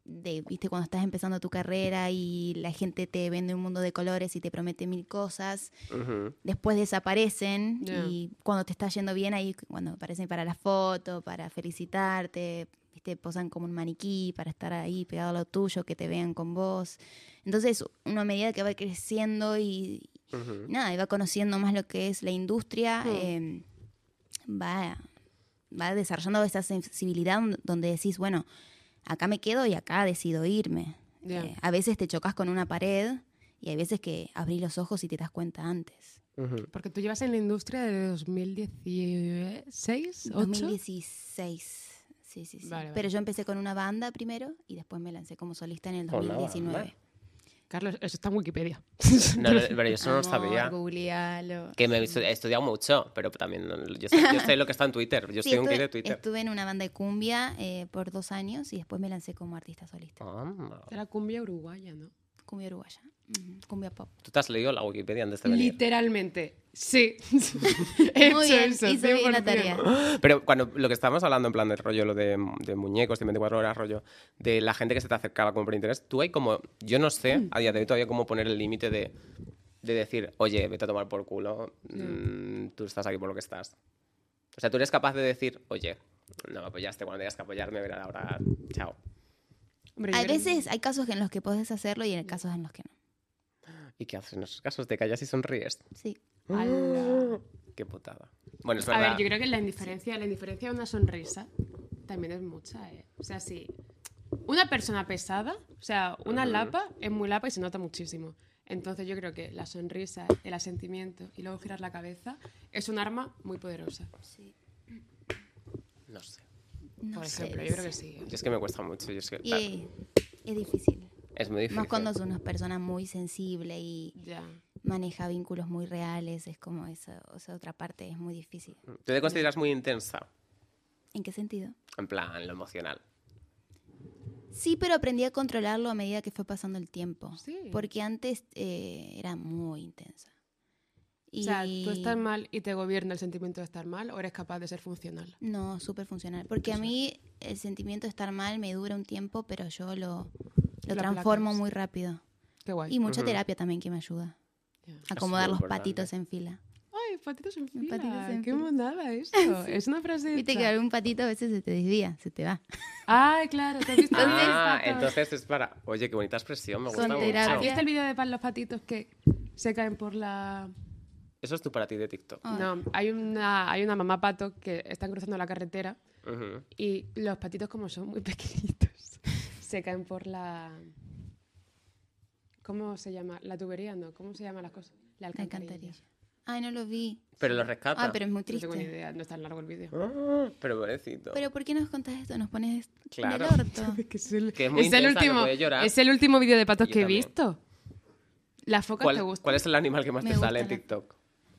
S3: de, viste, cuando estás empezando tu carrera y la gente te vende un mundo de colores y te promete mil cosas,
S1: Ujú.
S3: después desaparecen
S2: Ya.
S3: y cuando te está yendo bien, ahí cuando aparecen para la foto, para felicitarte, viste, posan como un maniquí para estar ahí pegado a lo tuyo, que te vean con vos. Entonces, una medida que va creciendo y,
S1: Ujú.
S3: nada, y va conociendo más lo que es la industria,
S2: Hmm.
S3: eh, va, va desarrollando esa sensibilidad don- donde decís, bueno, acá me quedo y acá decido irme.
S2: Ya.
S3: Eh, a veces te chocas con una pared y hay veces que abrís los ojos y te das cuenta antes.
S1: Ujú.
S2: Porque tú llevas en la industria desde 2016, 8.
S3: 2016. Sí, sí, sí.
S2: Vale, vale.
S3: Pero yo empecé con una banda primero y después me lancé como solista en el
S1: Con la
S3: 2019.
S1: banda.
S2: Carlos, eso está en Wikipedia.
S1: No, no, pero yo eso no lo
S3: Amor,
S1: sabía.
S3: googlealo.
S1: Que me he, estu- he estudiado mucho, pero también no- yo, sé, yo sé lo que está en Twitter. Yo
S3: Sí,
S1: soy un
S3: estuve,
S1: geek de Twitter.
S3: estuve en una banda de cumbia eh, por dos años y después me lancé como artista solista.
S1: Ah,
S2: Era cumbia uruguaya, ¿no?
S3: Cumbia uruguaya. Ujú, Cumbia pop.
S1: Tú te has leído la Wikipedia antes de venir.
S2: Literalmente. Sí. He hecho
S3: Muy bien,
S2: eso,
S3: hizo bien la
S2: 100%.
S3: tarea.
S1: Pero cuando lo que estábamos hablando en plan de rollo, lo de, de muñecos, de 24 horas, rollo, de la gente que se te acercaba como por interés, tú hay como, yo no sé, a día de hoy todavía cómo poner el límite de, de decir, oye, vete a tomar por culo, mm, tú estás aquí por lo que estás. O sea, tú eres capaz de decir, oye, no me apoyaste cuando tenías que apoyarme, verás ahora, chao.
S2: Hombre, yo
S3: Hay
S2: creo-
S3: veces, hay casos en los que podés hacerlo y hay casos en los que no.
S1: ¿Y qué haces en esos casos? Te callas y sonríes. ¡Ah!
S3: Sí.
S2: Ala.
S1: Qué putada. Bueno, es
S2: A
S1: verdad.
S2: ver, yo creo que la indiferencia, la indiferencia de una sonrisa también es mucha, ¿eh? O sea, sí. Una persona pesada, o sea, una lapa es muy lapa y se nota muchísimo. Entonces yo creo que la sonrisa, el asentimiento y luego girar la cabeza es un arma muy poderosa.
S1: No sé.
S3: No
S2: Por
S3: sé,
S2: ejemplo,
S3: no
S2: yo creo
S3: sé.
S2: que sí. ¿eh?
S1: Yo es que me cuesta mucho. yo es, que,
S3: Y eh, es difícil.
S1: es muy difícil.
S3: Más cuando son unas personas muy sensibles y
S2: Ya.
S3: maneja vínculos muy reales, es como esa, esa otra parte es muy difícil.
S1: Tú te consideras muy intensa,
S3: ¿En qué sentido?
S1: en plan, lo emocional.
S3: Sí, pero aprendí a controlarlo a medida que fue pasando el tiempo.
S2: Sí.
S3: Porque antes eh, era muy intensa.
S2: O sea, tú estás mal y te gobierna el sentimiento de estar mal o eres capaz de ser funcional.
S3: No, súper funcional. Porque a mí el sentimiento de estar mal me dura un tiempo, pero yo lo, lo
S2: Lo
S3: transformo
S2: aplacas.
S3: muy rápido.
S2: Qué guay.
S3: Y mucha
S1: Ujú.
S3: terapia también que me ayuda.
S2: Ya.
S3: Acomodar los
S1: importante.
S3: patitos en fila.
S2: Ay, patitos en fila.
S3: Patitos en
S2: Qué
S3: fila.
S2: monada esto. Es una frase.
S3: Viste que
S2: hecha.
S3: algún patito a veces se te desvía, se te va.
S2: Ay, claro. ¿te has visto el
S1: Ah,
S2: pato?
S1: entonces es para. Oye, qué bonita expresión, me gusta
S3: Son
S1: mucho.
S3: terapia.
S2: ¿Has visto el vídeo de pa- los patitos que se caen por la...?
S1: Eso es tu para ti de TikTok.
S3: Ay.
S2: No, hay una, hay una mamá pato que están cruzando la carretera
S1: Ujú.
S2: y los patitos como son muy pequeñitos se caen por la... ¿Cómo se llama? ¿La tubería? No, ¿cómo se llaman las cosas? La
S3: La
S2: alcantarilla.
S3: alcantarilla. Ay, no lo vi.
S1: Pero lo rescata.
S3: Ah, pero es muy
S2: No tengo ni
S3: triste.
S2: idea, no es tan largo el vídeo.
S1: Ah, pero pobrecito.
S3: Pero ¿por qué nos contás esto? Nos pones
S1: Claro.
S3: del orto.
S2: que es el,
S1: Que es muy
S2: es el
S1: intensa, que
S2: último,
S1: puede llorar.
S2: es el último vídeo de patos
S1: Yo
S2: que he
S1: también.
S2: visto. Las focas te
S1: ¿Cuál,
S2: gustan.
S1: cuál es el animal que más
S3: Me
S1: te sale en
S3: gusta la-
S1: TikTok?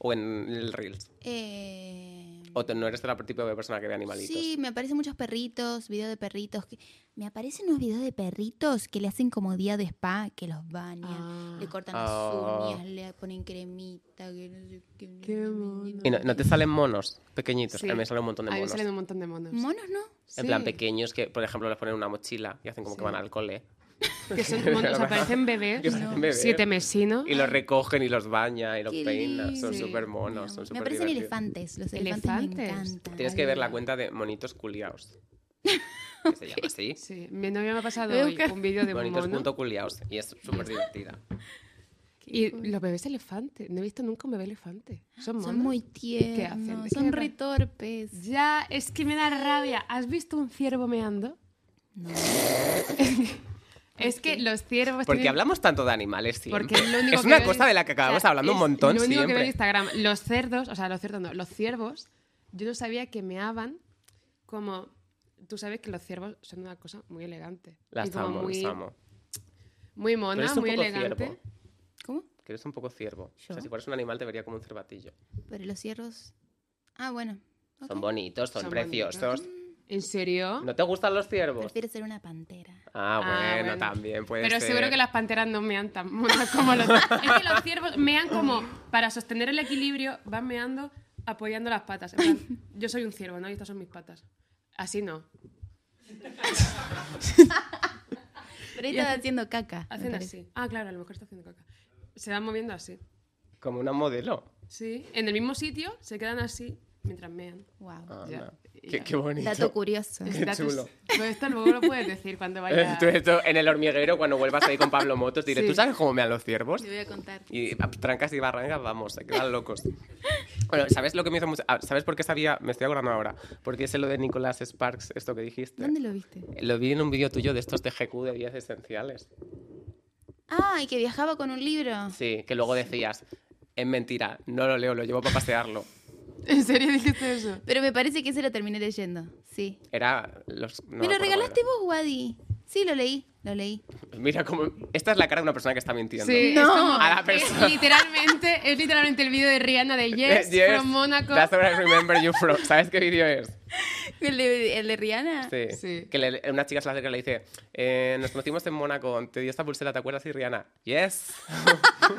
S1: O en el Reels.
S3: Eh,
S1: O te- no eres el tipo de persona que ve animalitos.
S3: Sí, me aparecen muchos perritos, videos de perritos. que- Me aparecen unos videos de perritos que le hacen como día de spa, que los bañan,
S2: Ah,
S3: le cortan
S1: Ah.
S3: las uñas, le ponen cremita, que no sé qué.
S2: Qué mono.
S1: Y no, no te salen monos pequeñitos.
S2: Sí.
S1: A mí me salen un montón de
S2: a mí me
S1: monos.
S2: salen un montón de monos.
S3: Monos, ¿no?
S1: En plan
S2: Sí,
S1: pequeños que, por ejemplo, les ponen una mochila y hacen como que
S2: Sí.
S1: van al cole.
S2: Que son monos, o sea, parecen bebés,
S1: Que parecen bebés.
S2: siete mesinos.
S1: Y los recogen y los baña y los
S3: Qué
S1: peina. Son
S2: Ah. lindo.
S1: súper monos, son
S3: me
S1: súper
S3: aparecen
S1: divertidos.
S3: elefantes, los elefantes, me
S2: Elefantes.
S3: encantan.
S1: Tienes que ver la cuenta de monitos culiaos. Que se llama así.
S2: Sí, mi novia me ha pasado
S3: Voy a
S2: hoy
S3: buscar.
S2: un vídeo de un
S1: Monitos
S2: mono Pues
S1: punto culiaos. Y es súper divertida.
S2: y los bebés elefantes. No he visto nunca un bebé elefante. Son monos.
S3: Son muy
S2: hacen?
S3: tiernos,
S2: ¿De
S3: son
S2: qué
S3: re
S2: va?
S3: torpes.
S2: Ya, es que me da rabia. ¿Has visto un ciervo meando?
S3: No.
S2: Es que los ciervos
S1: Porque
S2: tienen-
S1: hablamos tanto de animales siempre.
S2: Porque es lo único
S1: es
S2: que
S1: una
S2: veo en-
S1: cosa de la que acabamos
S2: o sea,
S1: hablando un
S2: es
S1: montón
S2: Lo único que veo en
S1: siempre.
S2: Instagram, los cerdos, o sea, los cerdos no, los ciervos, yo no sabía que meaban como... Tú sabes que los ciervos son una cosa muy elegante. y
S1: Las
S2: como
S1: amo,
S2: muy,
S1: las amo.
S2: Muy
S1: Pero
S2: mona,
S1: eres un
S2: muy
S1: poco
S2: elegante.
S1: ciervo.
S3: ¿Cómo?
S1: Que eres un poco ciervo. O
S3: ¿Yo?
S1: sea, si fueras un animal te vería como un cervatillo.
S3: Pero los ciervos. Ah, bueno. ok.
S1: Son bonitos, son,
S2: Son
S1: preciosos.
S2: ¿En serio?
S1: ¿No te gustan los ciervos?
S3: Prefiero ser una pantera.
S1: Ah,
S2: Ah,
S1: bueno,
S2: bueno.
S1: también puede
S2: Pero
S1: ser.
S2: seguro que las panteras no mean tan monas como los... es que los ciervos mean como para sostener el equilibrio, van meando apoyando las patas. En plan, yo soy un ciervo, ¿no? Y estas son mis patas. Así no.
S3: Pero ahí estaba haciendo caca. me
S2: Hacen
S3: parece.
S2: así. Ah, claro, a lo mejor está haciendo caca. Se van moviendo así.
S1: Como una modelo.
S2: Sí. En el mismo sitio se quedan así mientras mean.
S3: Wow.
S1: Ah,
S2: Ya,
S1: no.
S2: ya.
S1: Qué, qué bonito.
S3: Dato curioso.
S1: Qué chulo. Eh,
S2: Todo Pues esto luego lo puedes decir cuando vaya...
S1: Tú esto en el hormiguero, cuando vuelvas ahí con Pablo Motos, diré,
S2: Sí.
S1: ¿tú sabes cómo mean los ciervos?
S3: Te voy a contar.
S1: Y a trancas y barrancas, vamos, se quedan locos. Bueno, ¿sabes lo que me hizo mucho? ah, ¿Sabes por qué sabía? Me estoy acordando ahora. Porque es lo de Nicolás Sparks, esto que dijiste.
S3: ¿Dónde lo viste?
S1: Lo vi en un vídeo tuyo de estos de GQ de días esenciales.
S3: Ah, y que viajaba con un libro.
S1: Sí, que luego decías, es mentira, no lo leo, lo llevo para pasearlo.
S2: ¿En serio dijiste eso?
S3: Pero me parece que ese lo terminé leyendo. Sí.
S1: Era los... no
S3: me lo
S1: acuerdo cómo
S3: regalaste
S1: era.
S3: vos, Wadi. Sí, lo leí. Lo leí.
S1: Mira cómo... Esta es la cara de una persona que está mintiendo.
S2: Sí, es
S3: No.
S2: como-
S1: A la
S2: es
S1: persona.
S2: literalmente, es literalmente el vídeo de Rihanna de Yes, from Monaco.
S1: That's where I remember you from. ¿Sabes qué vídeo es?
S3: ¿El de, el de Rihanna?
S1: Sí.
S2: Sí.
S1: Que le- una chica se le acerca y le dice, eh, nos conocimos en Mónaco, te dio esta pulsera, ¿te acuerdas? Y Rihanna, yes,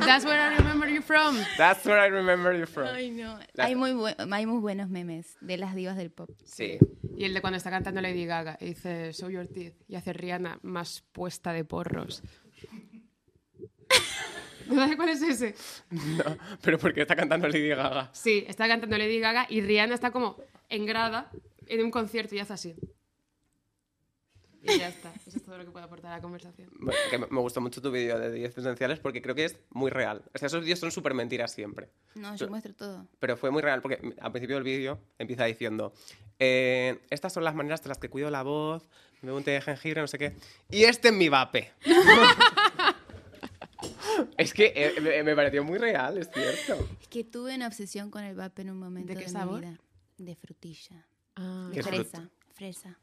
S2: That's where I remember you from.
S1: that's where I remember you from.
S3: Ay, no.
S1: La-
S3: Hay muy, buen- hay muy buenos memes de las divas del pop.
S1: Sí.
S2: Y el de cuando está cantando Lady Gaga y dice Show Your Teeth y hace Rihanna más puesta de porros. ¿No sabes cuál es ese?
S1: No, pero porque está cantando Lady Gaga.
S2: Sí, está cantando Lady Gaga y Rihanna está como en grada en un concierto y hace así. Y ya está. Eso es todo lo que puedo aportar a la conversación.
S1: Bueno, que me me gustó mucho tu vídeo de 10 esenciales porque creo que es muy real. O sea, esos vídeos son súper mentiras siempre.
S3: No,
S1: Pero-
S3: yo muestro todo.
S1: Pero fue muy real porque mm, al principio del vídeo empieza diciendo, eh, estas son las maneras de las que cuido la voz, me bebo un té de jengibre, no sé qué. Y este es mi vape. es que eh, me, me pareció muy real, es cierto.
S3: Es que tuve una obsesión con el vape en un momento
S2: ¿De
S3: de,
S2: qué
S3: mi
S2: sabor?
S3: vida. De frutilla.
S2: Ah,
S1: ¿Qué
S3: De
S1: es
S3: fresa. Fresa.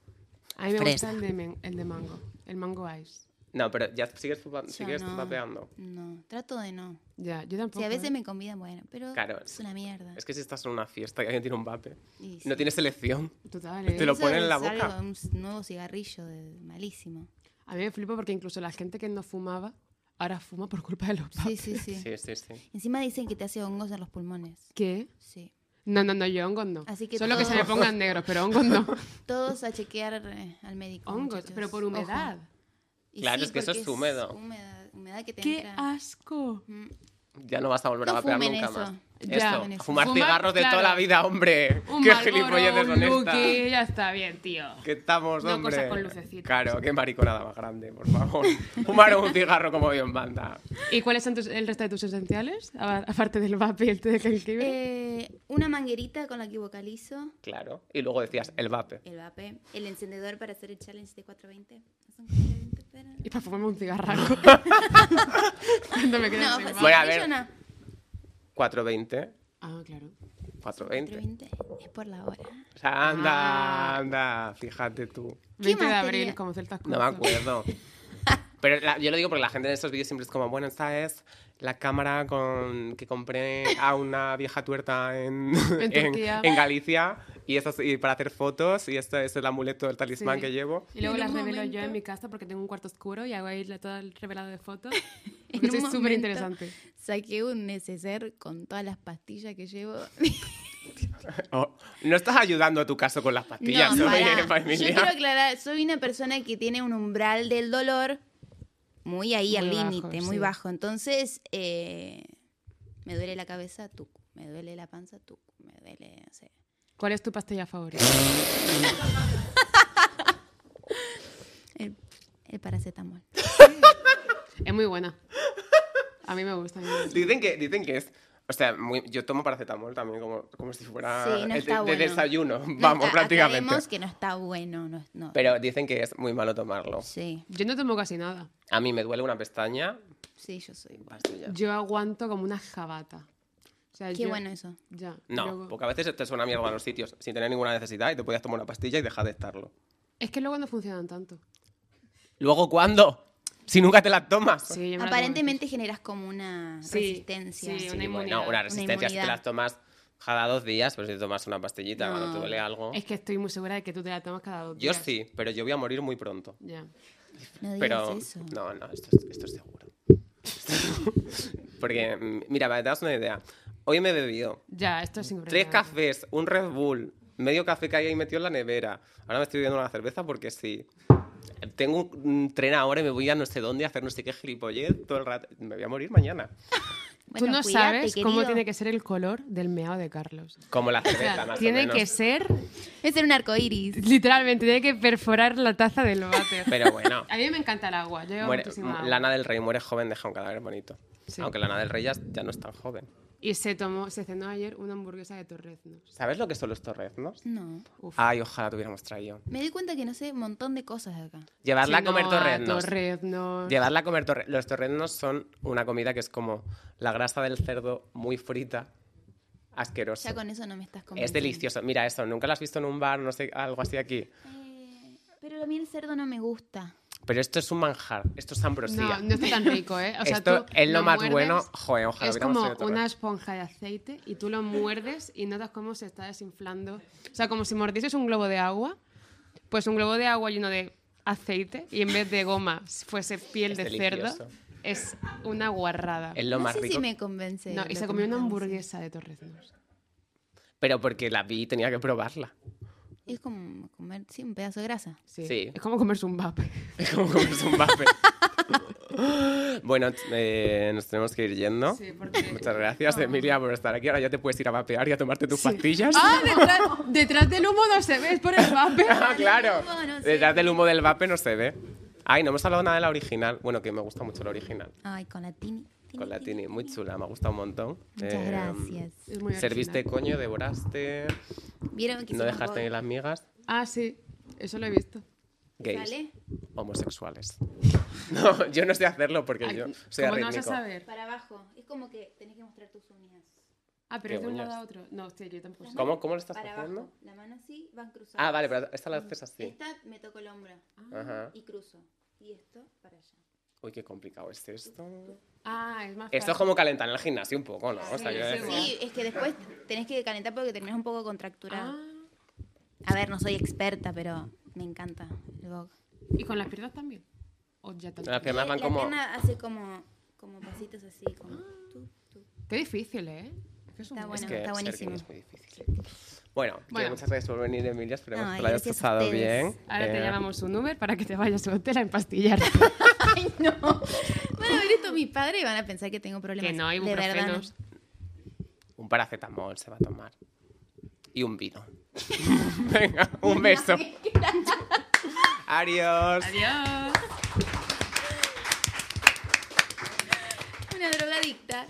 S2: a mí me gusta
S3: fresa.
S2: el de, men- el de mango, el mango ice.
S1: No, pero ya sigues, fupa-
S3: Yo
S1: sigues
S3: no.
S1: vapeando.
S3: No, trato de no.
S2: Ya, yo
S3: Si
S2: tampoco.
S3: a veces
S2: ¿eh?
S3: me convidan, bueno, pero
S1: Claro.
S3: es una mierda.
S1: Es que si estás en una fiesta y alguien tiene un vape,
S3: Y sí.
S1: no tienes elección.
S2: Total,
S1: Te
S2: ¿eh?
S1: Este lo
S3: Eso
S1: ponen en la
S3: es algo,
S1: boca.
S3: un s- nuevo cigarrillo de- malísimo.
S2: A mí me flipa porque incluso la gente que no fumaba ahora fuma por culpa de los
S3: Sí,
S2: papis.
S3: sí, sí,
S1: Sí, sí, sí.
S3: Encima dicen que te hace hongos en los pulmones.
S2: ¿Qué?
S3: Sí.
S2: No, no, no, yo hongos no.
S3: Así que
S2: Solo que se me
S3: todos-
S2: pongan negros, pero hongos no.
S3: Todos a chequear eh, al médico.
S2: hongos,
S3: muchachos.
S2: pero por
S3: Ojo.
S2: humedad.
S3: Y
S1: Claro, es que eso
S3: porque
S1: es húmedo.
S3: Húmeda, humedad que te
S2: ¡Qué
S3: entra.
S2: asco!
S3: Mm.
S1: Ya no vas a volver a
S3: No
S1: vapear
S3: fumen
S1: nunca
S3: eso.
S1: más.
S2: Ya.
S1: Esto,
S2: Fumen
S1: a
S3: eso.
S1: fumar,
S2: Fumar,
S1: cigarros de toda
S2: claro.
S1: la vida, hombre.
S2: Un
S1: Qué
S2: Marlboro,
S1: gilipolleces
S2: un
S1: son estas.
S2: Lucky, ya está bien, tío.
S1: Que estamos,
S2: No
S1: hombre.
S2: cosas con lucecitas.
S1: Claro, qué mariconada más grande, por favor. Fumar un cigarro como bien banda.
S2: ¿Y cuáles son tus- el resto de tus esenciales? A- Aparte del vape y el té de jengibre.
S3: Eh, una manguerita con la que vocalizo.
S1: Claro. Y luego decías, el vape.
S3: El vape. El encendedor para hacer el challenge de 420. Son 420, pero-
S2: Y para fumarme un cigarraco. Cuando me quedo
S3: No,
S2: sin
S3: fue-
S2: vape.
S1: Voy a ver.
S3: cigarrillo no.
S1: 420.
S2: Ah, claro.
S1: 420.
S3: 420 es por la hora.
S1: O sea, anda,
S2: Ah.
S1: anda, fíjate tú.
S3: ¿Qué
S2: 20 de
S3: más
S2: abril,
S3: tenía?
S2: como Celtas
S1: No me acuerdo. Pero la- yo lo digo porque la gente en estos vídeos siempre es como, bueno, esta es la cámara con que compré a una vieja tuerta en,
S2: En Turquía.
S1: en Galicia y, eso es- y para hacer fotos y este es el amuleto, el talismán
S2: Sí.
S1: que llevo.
S2: Y luego
S3: En
S2: las
S3: un
S2: revelo yo
S3: momento-
S2: en mi casa porque tengo un cuarto oscuro y hago ahí la- todo el revelado de fotos.
S3: En
S2: Porque
S3: un
S2: soy
S3: momento-
S2: súper interesante.
S3: Saqué un neceser con todas las pastillas que llevo.
S1: Oh, no estás ayudando a tu caso con las pastillas,
S3: no,
S1: oye,
S3: pará.
S1: familia.
S3: Yo quiero aclarar, soy una persona que tiene un umbral del dolor muy ahí
S2: Muy
S3: al
S2: bajo,
S3: límite, muy
S2: sí.
S3: bajo. Entonces, eh, me duele la cabeza, tú. Me duele la panza, tú. Me duele, no sé.
S2: ¿Cuál es tu pastilla favorita?
S3: El, el paracetamol.
S2: es muy buena. A mí me gusta. a mí me gusta.
S1: Dicen que, dicen que es. O sea, muy- yo tomo paracetamol también como, como si fuera
S3: Sí,
S1: el Ah, eh,
S3: no
S1: de,
S3: está
S1: de
S3: bueno.
S1: desayuno,
S3: No
S1: vamos,
S3: está-
S1: prácticamente.
S3: aclaremos que no está bueno. No, no.
S1: Pero dicen que es muy malo tomarlo.
S3: sí,
S2: Yo no tomo casi nada.
S1: A mí me duele una pestaña,
S3: sí, yo soy igual.
S1: pastilla.
S2: Yo aguanto como una jabata. O sea,
S3: Qué
S2: yo-
S3: bueno eso.
S2: Ya.
S1: No,
S2: luego-
S1: porque a veces te suena mierda en los sitios sin tener ninguna necesidad y te podías tomar una pastilla y dejar de estarlo.
S2: Es que luego no funcionan tanto.
S1: ¿Luego cuándo? Si nunca te las tomas.
S2: Sí, yo me la tomo.
S3: Aparentemente generas como una
S2: Sí,
S3: resistencia.
S2: sí,
S1: Sí,
S2: una
S1: bueno,
S2: inmunidad.
S1: una resistencia.
S3: Una
S1: Si te las tomas cada dos días, pero si te tomas una pastillita
S3: No.
S1: cuando te duele algo.
S2: Es que estoy muy segura de que tú te la tomas cada dos
S1: Yo
S2: días.
S1: sí, pero yo voy a morir muy pronto.
S2: Ya.
S3: No digas
S1: Pero
S3: eso.
S1: no, no, esto es, esto es seguro. Porque, mm, mira, para que te das una idea, hoy me he bebido
S2: Ya, esto es sin
S1: tres
S2: problema.
S1: cafés, un Red Bull, medio café que hay ahí metido en la nevera. Ahora me estoy bebiendo una cerveza porque sí. Tengo un un tren ahora y me voy a no sé dónde a hacer no sé qué gilipollez todo el rato. Me voy a morir mañana.
S2: Tú
S3: Bueno,
S2: no
S3: cuídate,
S2: sabes cómo
S3: querido.
S2: tiene que ser el color del meado de Carlos.
S1: Como la
S2: O sea,
S1: cerveza, más o
S2: tiene
S1: menos.
S2: que ser,
S3: Es ser un arco iris.
S2: literalmente, tiene que perforar la taza del váter.
S1: Pero bueno.
S2: A mí me encanta el agua. Yo bebo
S1: Muere-
S2: muchísima agua.
S1: Lana del Rey muere joven, deja un cadáver bonito.
S2: Sí.
S1: Aunque Lana del Rey ya, ya no es tan joven.
S2: Y se tomó, se cenó ayer una hamburguesa de torreznos.
S1: ¿Sabes lo que son los torreznos?
S3: No.
S2: Uf.
S1: Ay, ojalá tuviéramos traído.
S3: Me doy cuenta que no sé un montón de cosas de acá.
S1: Llevarla a
S2: Sino
S1: comer torreznos.
S2: torreznos.
S1: Llevarla a comer torre- Los torreznos son una comida que es como la grasa del cerdo muy frita,
S3: Ya
S1: asquerosa.
S3: con eso no me estás
S1: Es
S3: convenciendo.
S1: delicioso. Mira eso, nunca la has visto en un bar, no sé, algo así aquí.
S3: Eh, pero a mí el cerdo no me gusta.
S1: Pero esto es un manjar, esto es ambrosía.
S2: No, no está tan rico, ¿eh? O sea,
S1: esto
S2: tú
S1: es lo, más
S2: muerdes,
S1: bueno. Joder, ojalá
S2: es
S1: hubiéramos
S2: como
S1: traído
S2: una
S1: torreznos.
S2: esponja de aceite y tú lo muerdes y notas cómo se está desinflando. O sea, como si mordieses un globo de agua, pues un globo de agua lleno de aceite y en vez de goma fuese piel
S1: Es
S2: de
S1: delicioso.
S2: cerdo, es una guarrada.
S1: Es lo
S3: no
S1: más
S3: sé
S1: rico.
S3: si me convence.
S2: No,
S3: lo
S2: y se
S3: que
S2: comió
S3: me
S2: una
S3: estás
S2: hamburguesa de torreznos.
S1: Pero porque la vi y tenía que probarla.
S3: diciendo. Es como comer, sí, un pedazo de grasa.
S2: Sí.
S1: Sí.
S2: Es como comerse un vape.
S1: Es como comerse un vape. bueno, t- eh, nos tenemos que ir yendo.
S2: Sí, porque...
S1: Muchas gracias, Emilia, por estar aquí. Ahora ya te puedes ir a vapear y a tomarte tus pastillas.
S2: Ah, detrás, detrás del humo no se ve, es por el vape.
S1: Ah, claro.
S3: humo no se
S1: Detrás
S3: ve.
S1: del humo del vape no se ve. Ay, no hemos hablado nada de la original. Bueno, que me gusta mucho la original.
S3: Ay, con la tini. tini,
S1: Con la
S3: tini.
S1: Tini, muy chula, me ha gustado un montón.
S3: Muchas
S1: Eh,
S3: gracias.
S2: Es muy
S1: Serviste
S2: original.
S1: coño, devoraste,
S3: ¿Vieron que
S1: no
S3: somos
S1: dejaste ni
S3: pobres?
S1: las migas.
S2: Ah, sí, eso lo he visto.
S1: Gays,
S3: ¿Sale?
S1: homosexuales. No, yo no sé hacerlo porque
S2: Ay,
S1: yo
S2: ¿Cómo
S1: soy
S2: no vas a
S1: arrítmico.
S2: saber?
S3: Para abajo. Es como que tenés que mostrar tus uñas.
S2: Ah, pero es
S1: Qué
S2: de un lado
S1: uñas.
S2: a otro. No, hostia, yo tampoco sé.
S1: ¿Cómo, ¿Cómo lo estás
S3: Para
S1: haciendo?
S3: abajo. La mano así, van cruzadas.
S1: Ah, vale, pero esta la haces así. Ah.
S3: Esta me tocó el hombro
S1: Ajá.
S3: y cruzo. Y esto para allá.
S1: Uy, qué complicado es esto.
S2: Ah, es más
S1: Esto es
S2: fácil.
S1: como calentar en el gimnasio un poco, ¿no? O sea,
S2: Sí,
S1: quiero
S2: sí,
S1: decir-
S2: igual.
S3: Sí, es que después tenés que calentar porque terminás un poco contracturado.
S2: Ah,
S3: A ver, no soy experta, pero me encanta el bog.
S2: ¿Y con las piernas también? O ya también.
S1: Las piernas van
S3: la
S1: como...
S3: pierna hace como, como pasitos así, como tú, tú.
S2: Qué difícil, ¿eh? Es que es un-
S3: Está
S1: Es
S3: bueno,
S1: que ser
S3: está
S1: gay
S3: buenísimo.
S1: es muy difícil. Bueno, que
S2: Bueno.
S1: muchas gracias por venir, Emilia. Esperemos
S3: Ay,
S1: que lo hayas
S3: gracias a
S1: pasado
S3: ustedes.
S1: bien.
S2: Ahora te
S1: Eh,
S2: llamamos un Uber para que te vayas a hotel a empastillar.
S3: Ay, no. Van a ver esto mi padre y van a pensar que tengo problemas.
S2: que no hay
S3: De verdad, no.
S2: ibuprofenos.
S1: Un paracetamol se va a tomar. Y un vino. Venga, un beso. Adiós.
S2: Adiós.
S3: Una drogadicta.